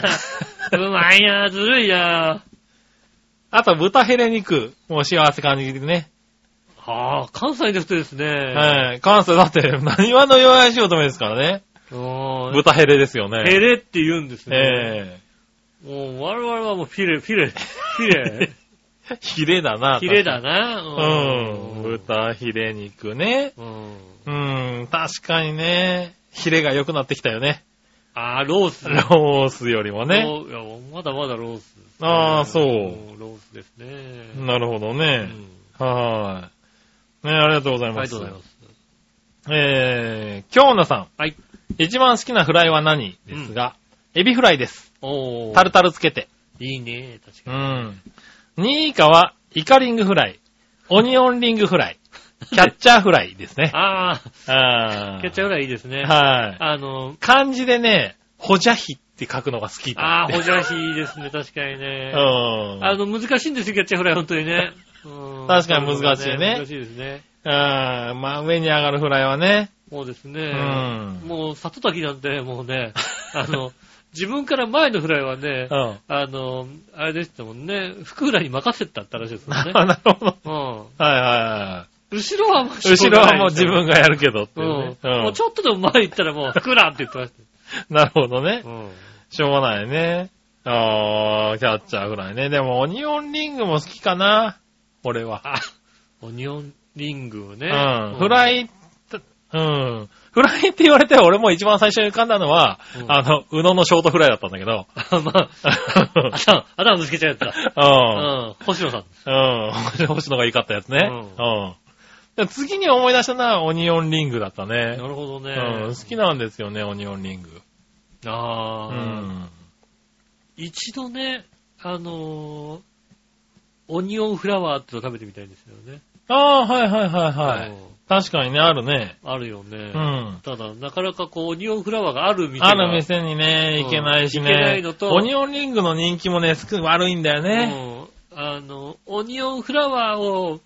B: うまいなずるいな
C: あと、豚ヘレ肉も幸せ感じでね。
B: はぁ、関西の人ですね。い。
C: はい。関西だって、何話の弱い仕事目ですからね。
B: おー
C: 豚ヘレですよ
B: ヘ
C: ね。
B: レって言うんですね。
C: え
B: もう我々はもうフィレ、フ ィレ、フィレ、
C: え ヒレだな。
B: フィレだな。
C: 確かに。うん。豚ヒレ肉ね。
B: うん。
C: うん。確かにね。ヒレが良くなってきたよね。
B: あー、ロース。
C: ロースよりもね。
B: そういやまだまだロースですね、
C: ああそうん
B: ロースですね。
C: なるほど
B: う
C: ね。
B: ん
C: はい。ね、ありがとうござい
B: あり
C: ま
B: が
C: す。
B: とうございます。
C: えー、京奈さん。
B: はい。
C: 一番好きなフライは何ですが、エビフライです。
B: おー。
C: タルタルつけて。
B: いいね、確
C: う
B: かに。
C: ん。2位以下は、イカリングフライ、オニオンリング フライ、キャッチャーフライですね。
B: あ
C: あ
B: あ、キャッチャーぐらいいいですね。
C: ーはい。
B: あの、
C: 漢字でね、ホジャヒって書くのが好きって。
B: ああ、ほじゃひですね、確かにね。
C: うん。
B: あの、難しいんですよ、キャッチャーフライ、本当にね。うん
C: 確かに難しいね
B: 難しいですね。
C: うん。まあ、上に上がるフライはね。
B: そうです
C: う
B: ね。
C: ん。
B: もう、里滝なんて、もうね、 あの、自分から前のフライはね
C: う、ん。
B: あの、あれでしたもんね、福浦に任せたって話ですもんね。
C: あなるほど。
B: うん。
C: はいはいは
B: 後ろはもう
C: い。後ろはもう自分がやるけどって
B: う
C: いうんね。。
B: もうちょっとでも前行ったらもう、ふくらんって言ってまし
C: なるほどね
B: た。。うん。
C: しょうがないね。あー、キャッチャーフライね。でも、オニオンリングも好きかな。俺は。
B: あ、オニオンリングをね。
C: うん。フラ
B: イ。
C: イ、うん。フライって言われて、俺も一番最初に浮かんだのは、
B: うん
C: あの、うののショートフライだったんだけど。
B: あ、ま あ、頭、頭ぶつけちゃうやつだ。
C: う
B: うん。星野さん。
C: ん。うん。星野が良かったやつね。
B: う
C: うん。で次に思い出したのは、オニオンリングだったね。
B: なるほどね。
C: うん。好きなんですよね、オニオンリング。う
B: ああ、
C: ん。
B: 一度ね、あのーオニオンフラワーってのを食べてみたいんですよね。
C: ああ、はいはいはいはい。
B: い。
C: 確かにね、あるね。
B: あるよね。
C: うん。
B: ただ、なかなかこう、オニオンフラワーがある店が
C: ある店にね、行けないしね。
B: うん行けないのと
C: オニオンリングの人気もね、すく悪いんだよね。
B: うんあの、オニオンフラワーを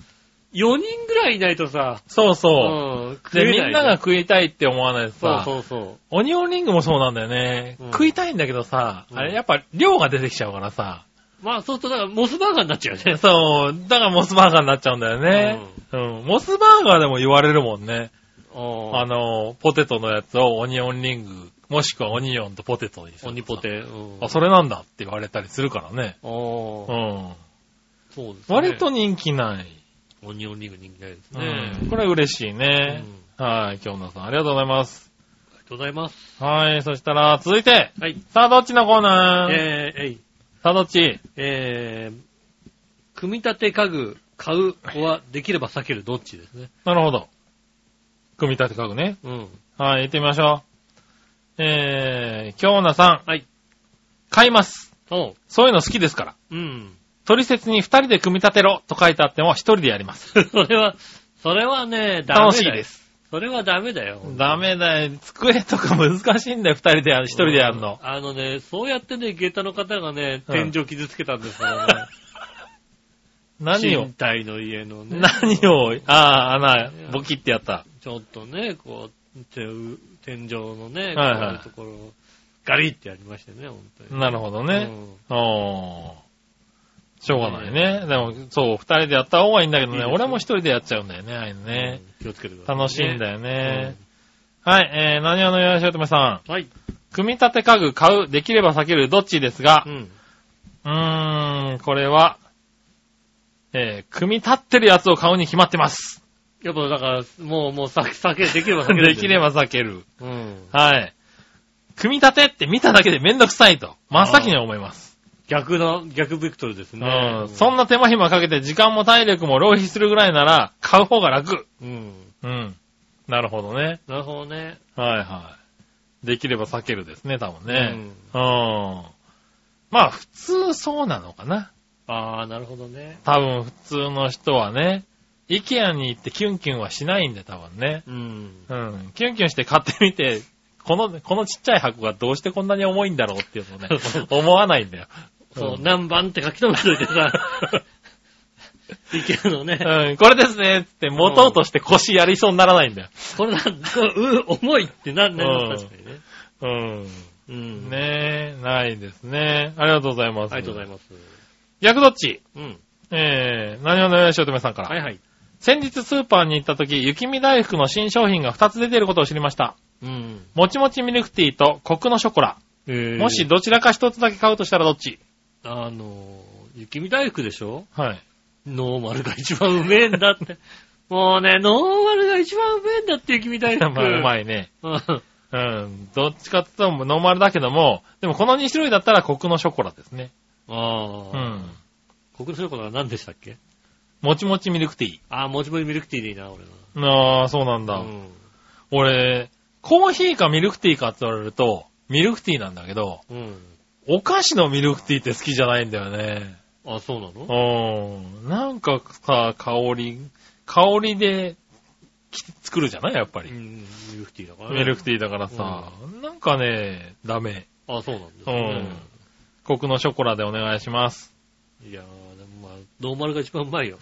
B: 4人ぐらいいないとさ、
C: そう
B: う
C: そ
B: ん
C: う。
B: 食
C: で、
B: え
C: み
B: ない
C: んなが食いたいって思わないと
B: そう
C: さ、
B: そうそ
C: オニオンリングもそうなんだよね。
B: うん
C: 食いたいんだけどさ、
B: うん
C: あれやっぱ量が出てきちゃうからさ。
B: う。まあ、そうすると、だから、モスバーガーになっちゃうよね。
C: そう、だからモスバーガーになっちゃうんだよね。うん。モスバーガーでも言われるもんね。あ
B: あの、
C: の、ポテトのやつをオニオンリング、もしくはオニオンとポテトにする
B: オニポ。テ。うん
C: あ、それなんだって言われたりするからね。
B: あー
C: うん。
B: そうですね。
C: 割と人気ない。
B: オニオンリング人気ないですね。
C: うん。これ嬉しい
B: うんあ
C: ね
B: り。
C: はい、京奈さん、ありがとうございます。
B: がとうございます。
C: はい、そしたら、続いて、
B: はい。
C: さあ、どっちのコーナー、
B: えー、えい、
C: さあ、どっち
B: えー、組み立て家具、買う、は、できれば避ける、どっちですね。
C: なるほど。組み立て家具ね。
B: うん。
C: はい、行ってみましょう。えー、京奈さん。
B: はい。
C: 買います。
B: そ
C: そういうの好きですから。
B: う。うん。
C: 取説に二人で組み立てろと書いてあっても一人でやります。
B: それは、それはね、ダメだよ。
C: 楽しいです。
B: それはダメだよ。
C: ダメだよ。机とか難しいんだよ、二人でやる、一人でやるの
B: う。んあのね、そうやってね、下駄の方がね、
C: う
B: 天
C: ん
B: 井傷つけたんですよ、ね。
C: 何を
B: 賃、貸の家のね。
C: 何を、ああ、穴、ボキってやった。
B: ちょっとね、こう、てう天井のね、
C: はい
B: こう
C: は
B: い
C: い
B: うところをガリってやりましたね、本当に。
C: なるほどね。おー。しょうがないね。でも、そう、二人でやった方がいいんだけど
B: いいで
C: ね。
B: すよ
C: 俺も一人でやっちゃうんだよね、ああいうの
B: うん
C: ね。
B: 気をつけてください、
C: 楽しいんだよ
B: う
C: ね
B: ん。。
C: はい、えー、何話のよしおとめさん。
B: はい。
C: 組み立て家具買う、できれば避ける、どっちですが
B: う、ん。
C: うーん、これは、えー、組み立ってるやつを買うに決まってます。
B: やっぱだから、もう、もう、避避け、できれば避ける。
C: できれ。ば避ける。
B: うん。
C: はい。組み立てって見ただけでめんどくさいと、真っ先に思います。
B: 逆の、逆ベクトルですね
C: う。んそんな手間暇かけて時間も体力も浪費するぐらいなら買う方が楽。
B: うん。
C: うん。なるほどね。
B: なるほどね。
C: はいはい。できれば避けるですね、多分ね。うん。まあ普通そうなのかな。
B: ああ、なるほどね。
C: 多分普通の人はね、イケアに行ってキュンキュンはしないんで多分ね。
B: うん。
C: うん。キュンキュンして買ってみて、この、このちっちゃい箱がどうしてこんなに重いんだろうっていうのをね
B: そう、
C: 思わないんだよ。
B: そう、
C: うん
B: 何番って書き留めといて さ、いけるのね。
C: うん、これですねって持とうとして腰やりそうにならないんだよ。
B: これなんこれう、重いってなんね、
C: うん
B: 確かにね。
C: うん。
B: うん。。
C: ねえ、ないですね。ありがとうございます。
B: ありがとうござい
C: ます。
B: ます。
C: 逆どっち
B: うん。
C: えー、何をのよしおとめさんから。
B: はいはい。
C: 先日スーパーに行った時、雪見大福の新商品が2つ出ていることを知りました。
B: うん。
C: もちもちミルクティーとコクのショコラ。もし、どちらか1つだけ買うとしたらどっち
B: あの、雪見大福でしょ
C: はい。
B: ノーマルが一番うめえんだって。 もうね、ノーマルが一番うめえんだって、雪見大
C: ま
B: 福。
C: あ、うまいね。
B: うん。
C: うん。どっちかって言ったらノーマルだけども、でもこの2種類だったらコクのショコラですね。
B: あ
C: う
B: あ。
C: ん。
B: 国のことは何でしたっけ
C: もちもちミルクティー。
B: ああ、もちもちミルクティーでいいな、俺
C: ああ、そうなんだ。
B: は。うん。
C: 俺、コーヒーかミルクティーかって言われると、ミルクティーなんだけど、
B: うん。
C: お菓子のミルクティーって好きじゃないんだよね。
B: あ、そうなの
C: うん。なんかさ、香り、香りでき作るじゃないやっぱ
B: う
C: り。
B: ん、ミルクティーだからね。
C: ミルクティーだからさ、なんかね、ダメ。
B: あ、そうなんです
C: う
B: ね
C: ん。。コクのショコラでお願い します。
B: いやー、でもまあ、ノーマルが一番うまいよ。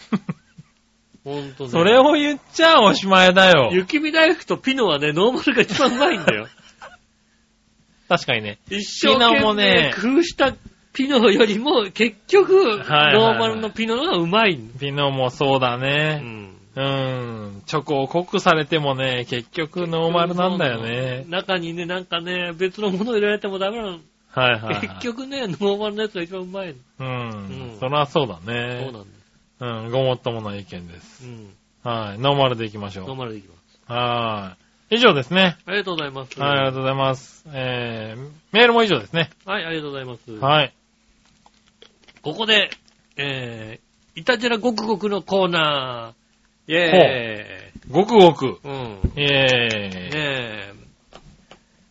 B: ほんとね。
C: それを言っちゃおしまいだよ。
B: 雪見大福とピノはね、ノーマルが一番うまいんだよ。
C: 確かにね。
B: 一生懸
C: ピノも
B: 命
C: ね
B: 工夫したピノよりも、結局、ノー
C: はいはい
B: マルのピノの方がうまいんだ。
C: ピノもそうだ
B: う
C: ね。
B: ん。
C: うん。チョコを濃くされてもね、結局ノーマルなんだよね。
B: 中にね、なんかね、別のものを入れられてもダメなの。
C: はいはいはい。
B: 結局ね、ノーマルのやつが一番うまいの。
C: うん
B: う。ん
C: そりゃそうだ
B: そうな
C: ね
B: ん。だ。
C: うん。ごもっともない意見です。
B: うん。
C: はい。ノーマルでいきまし
B: ノー
C: ょ
B: マルでいきます。
C: う。はい。以上ですね。
B: ありがとうございます。
C: はい、ありがとうございます。えー、メールも以上ですね。
B: はい、ありがとうございます。
C: はい。
B: ここで、えー、いたじらごくごくのコーナー。イェ
C: ごくごく。
B: ーイ。うん。
C: イェー
B: ね
C: イ。
B: え。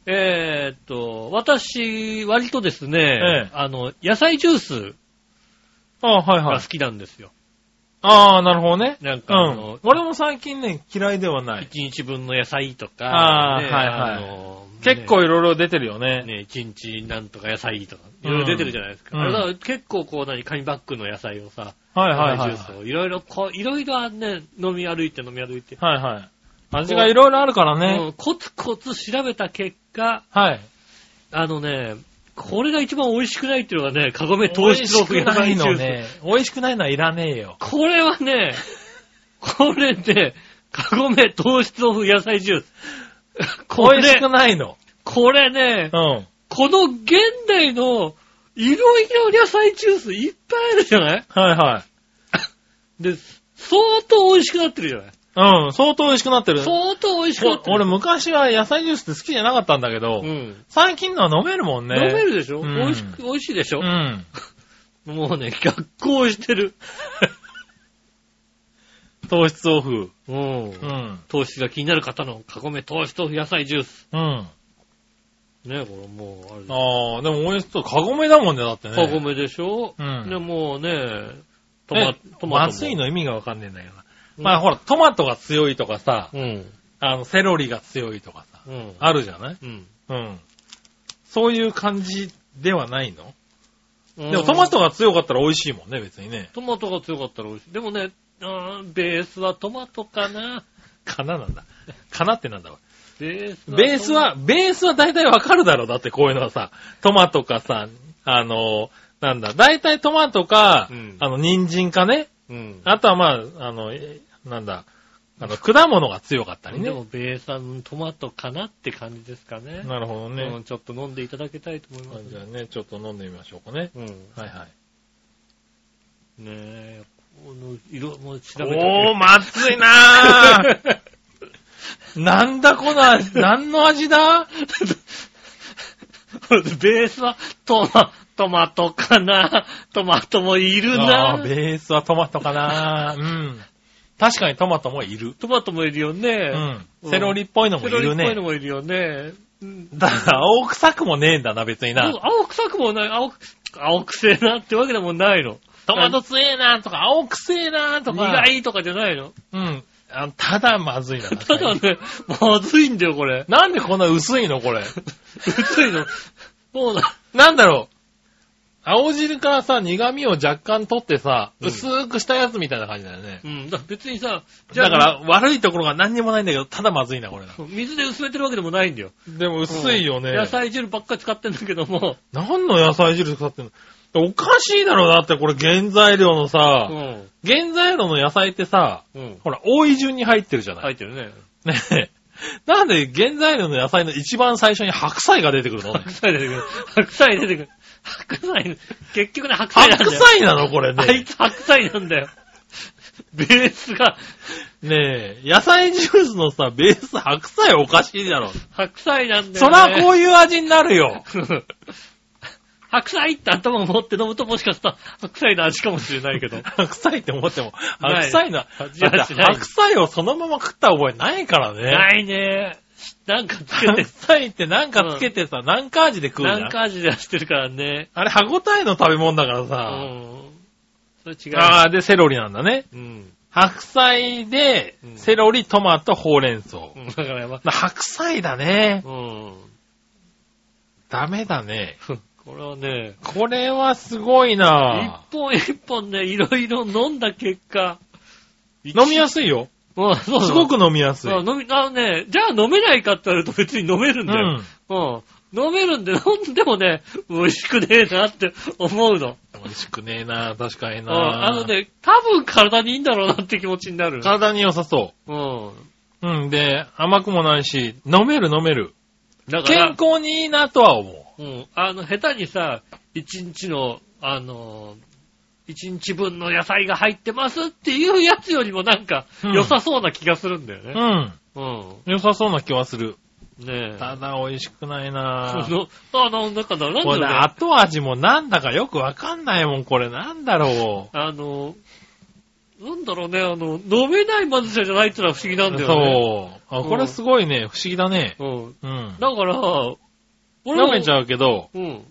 B: えーっと、私、割とですね、
C: ええ
B: あの、野菜ジュース
C: あ、はいは
B: が
C: い
B: 好。きなんですよ。
C: ああ、なるほどね。
B: なんか
C: う
B: あ
C: ん
B: の。、
C: 俺も最近ね、嫌いではない。
B: 一日分の野菜とか、
C: あー
B: ね
C: はいはい
B: のね
C: 結構いろいろ出てるよね。
B: ね、一日なんとか野菜とか、いろいろ出てるじゃないですか。
C: うん
B: あれだから結構こう何、紙バッグの野菜をさ、
C: はいはいはい
B: ジュ。ースをいろいろこう、いろいろね、飲み歩いて飲み歩いて、
C: はいはい。味がいろいろあるから
B: う
C: ね。
B: んコツコツ調べた結果、
C: はい。
B: あのね、これが一番美味しくないっていうのがね、カゴメ糖質の
C: 美味しくないのね。美味しくないのはいらねえよ。
B: これはね、これね、カゴメ糖質オフ野菜ジュース。こ
C: 美味し
B: れ
C: く、ないの。
B: これね
C: う、ん。
B: この現代のいろいろ野菜ジュースいっぱいあるじゃない
C: はいはい。
B: で、相当美味しくなってるじゃない
C: うん、相当美味しくなってる。
B: 相当美味しくなって
C: お
B: る。
C: 俺昔は野菜ジュースって好きじゃなかったんだけど、
B: うん。
C: 最近のは飲めるもんね。
B: 飲めるでしょ、
C: うん
B: 美味しく、美味しいでしょ
C: う、ん。
B: もうね、逆行して る。
C: 糖質オフ。
B: うん。
C: うん。
B: 糖質が気になる方のカゴメ糖質オフ野菜ジュース。
C: うん。
B: ね、これもう、あれだ
C: ああ、でも美味しそう。カゴメだもんね、だってね。
B: カゴ。メでしょ
C: うん
B: で、もうね、トマ
C: え、
B: トマトも。
C: まずいの意味がわかんねえんだけどな。
B: うん
C: まあほら、トマトが強いとかさ、
B: うん。
C: あの、セロリが強いとかさ、
B: うん。
C: あるじゃない
B: うん。
C: うん。そういう感じではないの
B: で
C: でもトマトが強かったら美味しいもんね、別にね。
B: トマトが強かったら美味しい。でもね、あーベースはトマト かな。
C: かななんだ。かなってなんだろ
B: ベース
C: う。ベースは、ベースは大体わかるだろう。だってこういうのはさ、トマトかさ、あの、なんだ、大体トマトか、
B: うん
C: あの、人参か
B: トマ
C: ね。
B: ト、うん。
C: あとはまあ、あの、えなんだ、あの、果物が強かったり
B: で
C: ね。
B: もベースはトマトかなって感じですかね。
C: なるほどね。
B: うんちょっと飲んでいただきたいと思いま
C: あ
B: す
C: じゃあね、ちょっと飲んでみましょうかね。
B: うん。ね
C: はいはい。
B: え、この色も調べ
C: おー、
B: て。
C: まずいなー なんだこの 味、何の味だ
B: ベースはトマ、トマトかなトマトもいる
C: あ
B: な
C: ーベースはトマトかなうん。確かにトマトもいる。
B: トマトもいるよ
C: う
B: ね。
C: ん。セロリっぽいのも
B: セ
C: い
B: ロリ
C: る
B: っぽい
C: ね
B: の。もいるよね。うん
C: だから、青臭くもねえんだな、別に
B: で
C: な。
B: も青臭くもない、青く、青くせえなってわけでもないの。
C: トマト強えなとか、青臭えなとか。
B: 苦いとかじゃないの。
C: うん。あ ただまずいな。
B: ただね、まずいんだよ、これ。
C: なんでこんな薄いの、これ。
B: 薄いの。そうだ。
C: なんだろう。青汁からさ、苦味を若干取ってさ、
B: うん
C: 薄くしたやつみたいな感じだよね。
B: うん。だ別にさ、じゃあ
C: だから、悪いところが何にもないんだけど、ただまずいな、これな。
B: 水で薄めてるわけでもないんだよ。
C: でも薄いよね。
B: 野菜汁ばっか使ってんだけども。
C: 何の野菜汁使ってんのおかしいだろ、だってこれ原材料のさ、
B: うん。
C: 原材料の野菜ってさ、
B: うん。
C: ほら、多い順に入ってるじゃな
B: 入
C: い。
B: ってるね。
C: ね えなんで原材料の野菜の一番最初に白菜が出てくるの
B: 白菜出てくる。白菜出てくる。白菜、結局ね、白菜なんだ
C: 白
B: よ。
C: 菜なのこれ
B: あい
C: ね。
B: つ白菜なんだよ。ベースが、
C: ねえ、野菜ジュースのさ、ベース白菜おかしいだろ。
B: 白菜なんだよ、
C: そ
B: ね。
C: らこういう味にな るよ。
B: 白菜って頭を持って飲むともしかしたら白菜の味かもしれないけど。
C: 白菜って思っても、
B: ない
C: 白菜な、だ
B: 味は
C: って
B: しない
C: 白菜をそのまま食った覚えないからね。
B: ないね。なんかつけ
C: 白
B: て、
C: 菜ってなんかつけてさ、なんか味で食うじゃ
B: なん
C: ん。
B: か味で出してるからね。
C: あれ、歯ごたえの食べ物だから
B: う
C: さ。
B: ん。それ違う。
C: ああ、で、セロリなんだね。
B: うん。
C: 白菜で
B: う、ん
C: セロリ、トマト、ほうれん草。
B: うんだからやばい。
C: 白菜だね
B: う。ん。
C: ダメだね。
B: これはね、
C: これはすごいな
B: 一本一本ね、いろいろ飲んだ結果。
C: 飲みやすいよ。
B: うん、そう
C: すごく飲みやすい。
B: あ飲み、あのね、じゃあ飲めないかって言われると別に飲めるんだよ。うん。飲めるんで、飲んでもね、美味しくねえなって思うの。
C: 美味しくねえな確かに
B: うん。
C: な
B: あのね、多分体にいいんだろうなって気持ちになる。
C: 体に良さそ
B: うん。
C: う。うん、で、甘くもないし、飲める飲める。
B: だか
C: 健
B: ら、
C: 康にいいなとは思う。
B: うん。あの、下手にさ、一日の、あの、一日分の野菜が入ってますっていうやつよりもなんか、
C: うん
B: 良さそうな気がするんだよ
C: う
B: ね。
C: ん。
B: うん。
C: 良さそうな気はする。
B: ねえ。
C: ただ美味しくないな
B: の、あの、なんかだ、なんだ
C: こ
B: ろう
C: れね、
B: ね。
C: 後味もなんだかよくわかんないもん、これなんだろ
B: あの、なんだろうね、あの、飲めないまずさじゃないってのは不思議なん
C: う。
B: だよね。
C: そう。あ、これすごいね、不思議だね。
B: そう。うん。
C: うん。
B: だから、俺も
C: 飲めちゃうけど、
B: うん。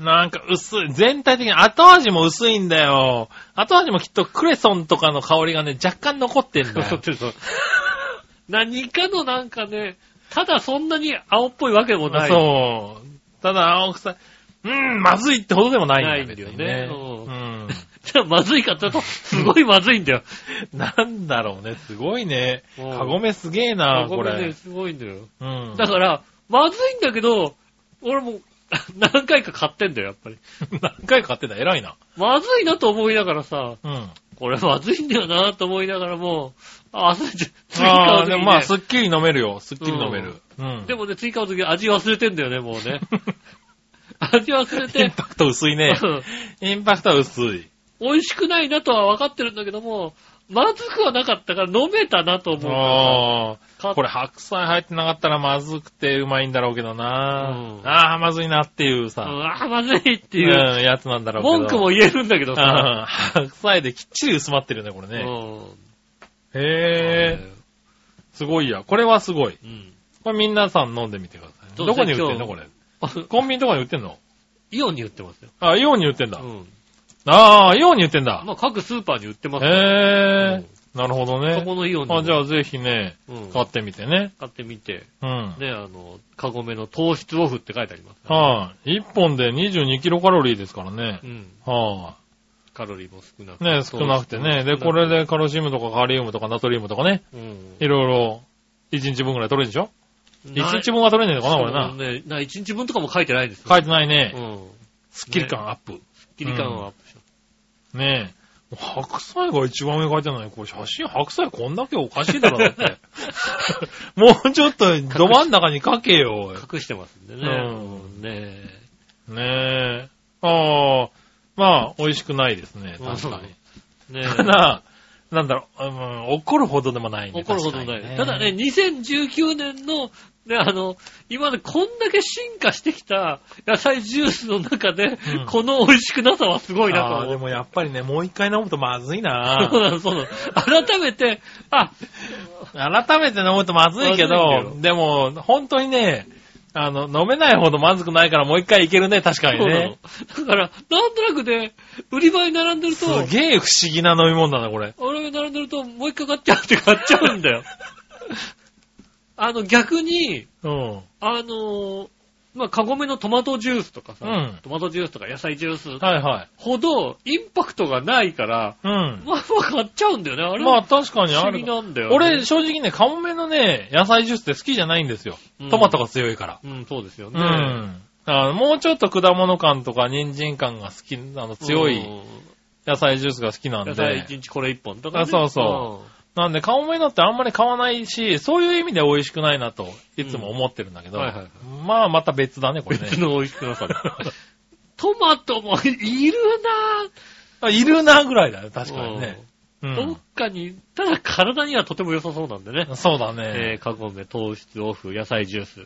C: なんか薄い。全体的に後味も薄いんだよ。後味もきっとクレソンとかの香りがね、若干残ってんだ
B: そう
C: よ。
B: そう そう。何かのなんかね、ただそんなに青っぽいわけもない。う。
C: そう。ただ青臭い。うん、まずいってほどでもないんだ
B: ないんだよね
C: 別に
B: う
C: うん。
B: じゃあ まずいかって言うと、すごいまずいんだよ。
C: なんだろうね、すごいね。
B: うん
C: カゴメすげえな、こ
B: ごめんね
C: れ。
B: すごいんだよ。
C: うん。
B: だから、まずいんだけど、俺も 何回か買ってんだよ、やっ ぱり。
C: 何回買ってた偉いな。
B: まずいなと思いながらさ、
C: うん。
B: これまずいんだよなと思いながらもう、あ、忘れて、次買う
C: ああ、
B: 時に、
C: でも
B: ね。
C: まあ、すっきり飲めるよ。すっきり飲める。うん。
B: で
C: も、
B: もね、次買うとき味忘れてんだよね、もう ね。味忘れ
C: イン
B: て、
C: パクト薄いね。インパクト薄い。
B: 美味しくないなとは分かってるんだけども、まずくはなかったから飲めたなと思うから
C: あ
B: 買
C: あ。
B: っ
C: これ白菜入ってなかったらまずくてうまいんだろうけどな
B: う。ん
C: ああ、まずいなっていう
B: う
C: さ。
B: んあー、まずいって
C: う
B: いう、
C: ん、やつなんだろうけど。
B: 文句も言えるんだけどさ。
C: うん白菜できっちり薄まってるね、これ
B: う
C: ね。
B: ん
C: へえ。すごいや。これはすごい。
B: うん
C: これ皆さん飲んでみてください。
B: そう
C: どこに売ってん
B: 今
C: の
B: 日
C: これ。
B: あ
C: コンビニとかに売ってんの
B: イオンに売ってますよ。
C: あ、イオンに売ってんだ
B: う。ん
C: ああ、イオンに売ってんだ。
B: まあ、各スーパーに売ってますよ
C: へえ。なるほど
B: そこ
C: ね。
B: のイオンにも。
C: あ、じゃあぜひね、
B: うん
C: 買ってみてね。
B: 買ってみて、
C: うん。
B: ね、あの、カゴメの糖質オフって書いてあります。
C: はい、一本で22キロカロリーですからね
B: う。ん。
C: は
B: カロリーも少なく
C: い、ね、少なくてね。で、これ。でカルシウムとかカリウムとかナトリウムとかね、
B: 糖質うん。
C: いろいろ、1日分ぐらい取れるでしょ ?1 日
B: 分
C: 分は取れないのかな、これな。
B: ね、な、一日分とかも書いてないですよ。
C: 書いてないね。
B: うん。
C: スッキリ感アップ。
B: 切り感をアップし
C: ねえ。白菜が一番上に書いてない。これ写真白菜こんだけおかしいだ ろ、だって。もうちょっとど真ん中に書けよ。おい
B: 隠してますんでね。
C: うん
B: うんね
C: ねえ。ああ、まあ、美味しくないですね。確かに。
B: え。ね
C: ただ、なんだろう、うん、怒るほどでもない
B: え。
C: ね。
B: 怒るほどな
C: 確かに
B: い。ただね、、2019年の、ね、あの、今までこんだけ進化してきた野菜ジュースの中で、
C: うん
B: この美味しくなさはすごいなと
C: ああ
B: 思
C: で
B: う。
C: もやっぱりね、もう一回飲むとまずい
B: そう
C: な。
B: なの、そうなの。改めて、あ、
C: 改めて飲むとまずいけ
B: まずいけ
C: ど、でも、本当にね、あの、飲めないほどまずくないからもう一回いけるね、確かに
B: そうなの
C: ね。。
B: だから、なんとなくね、売り場に並んでると
C: す、げえ不思議な飲み物だな、これ。
B: 俺が並んでると、もう一回買っちゃうって買っちゃうん だよ。あの、逆に、
C: うん。
B: あのーまあ、カゴメのトマトジュースとかさ、
C: うん
B: トマトジュースとか野菜ジュース
C: はいはい。
B: ほどインパクトがないから、
C: うん。
B: まあまあ買っちゃうんだよね。あれ
C: まあ
B: は
C: 確かに
B: 不
C: あ
B: 思
C: る
B: 議。なんだよ、ね。
C: 俺、、正直ね、カモメのね、野菜ジュースって好きじゃないんですよ
B: うん。
C: トマトが強いから。
B: うん、そうですよ
C: う
B: ね。
C: ん。だからもうちょっと果物感とか人参感が好き、あの、強
B: う
C: い
B: ん
C: 野菜ジュースが好きなん
B: 野菜
C: で
B: 一。日これ一本とか、ね。
C: あそうそなんで、カモメのってあんまり買わないし、そういう意味で美味しくないなと、いつも思ってるんだけど
B: うんはいはいは。
C: まあ、また別だね、これね
B: 別。の美味しくなさ でトマトもいる
C: あいるなぐらいだね、
B: なぁ
C: 確かにね。。う
B: うんどっ
C: ん。
B: かに、ただ体にはとても良さそうなんでね。
C: そうだ
B: え
C: ね。
B: ー、カゴメ、糖質オフ、野菜ジュース。ね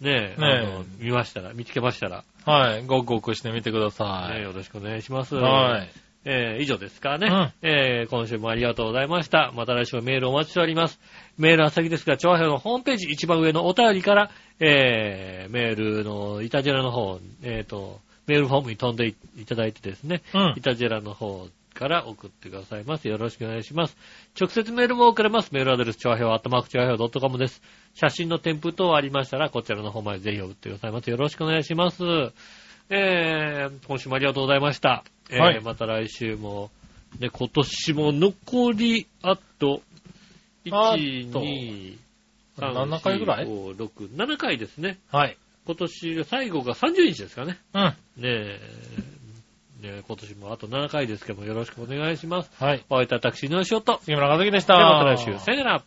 B: え、
C: ねえ
B: あの見ましたら、見つけましたら、
C: はい。ごくごくしてみてくださ
B: ねえ
C: い。
B: よろしくお願いします。
C: はい。
B: えー以上ですかね、
C: うん
B: えー今週もありがとうございました。また来週もメールお待ちしております。メールは先ですが、調和表のホームページ一番上のお便りから、えーメールのイタジェラの方、えっ、と、メールフォームに飛んでいただいてですね、
C: うん
B: イ。タジェラの方から送ってくださいます。よろしくお願いします。直接メールも送れます。メールアドレス、調和表、アットマーク、調和表 .com です。写真の添付等ありましたら、こちらの方までぜひ送ってくださいます。よろしくお願いします。えー、今週もありがとうございました。えー
C: はい
B: また来週も、で、今年も残り、あと、
C: あ
B: 1、
C: と
B: 2、3、
C: 7回ぐらい
B: ?5、6、7回ですね。
C: はい。
B: 今年が最後が30日ですかね。
C: うん。
B: ねえ、ねえ今年もあと7回ですけども、よろしくお願いします。
C: はい。
B: お会いいたい私、井上翔と。
C: 杉村和樹でした。
B: ではまた来週、さよなら。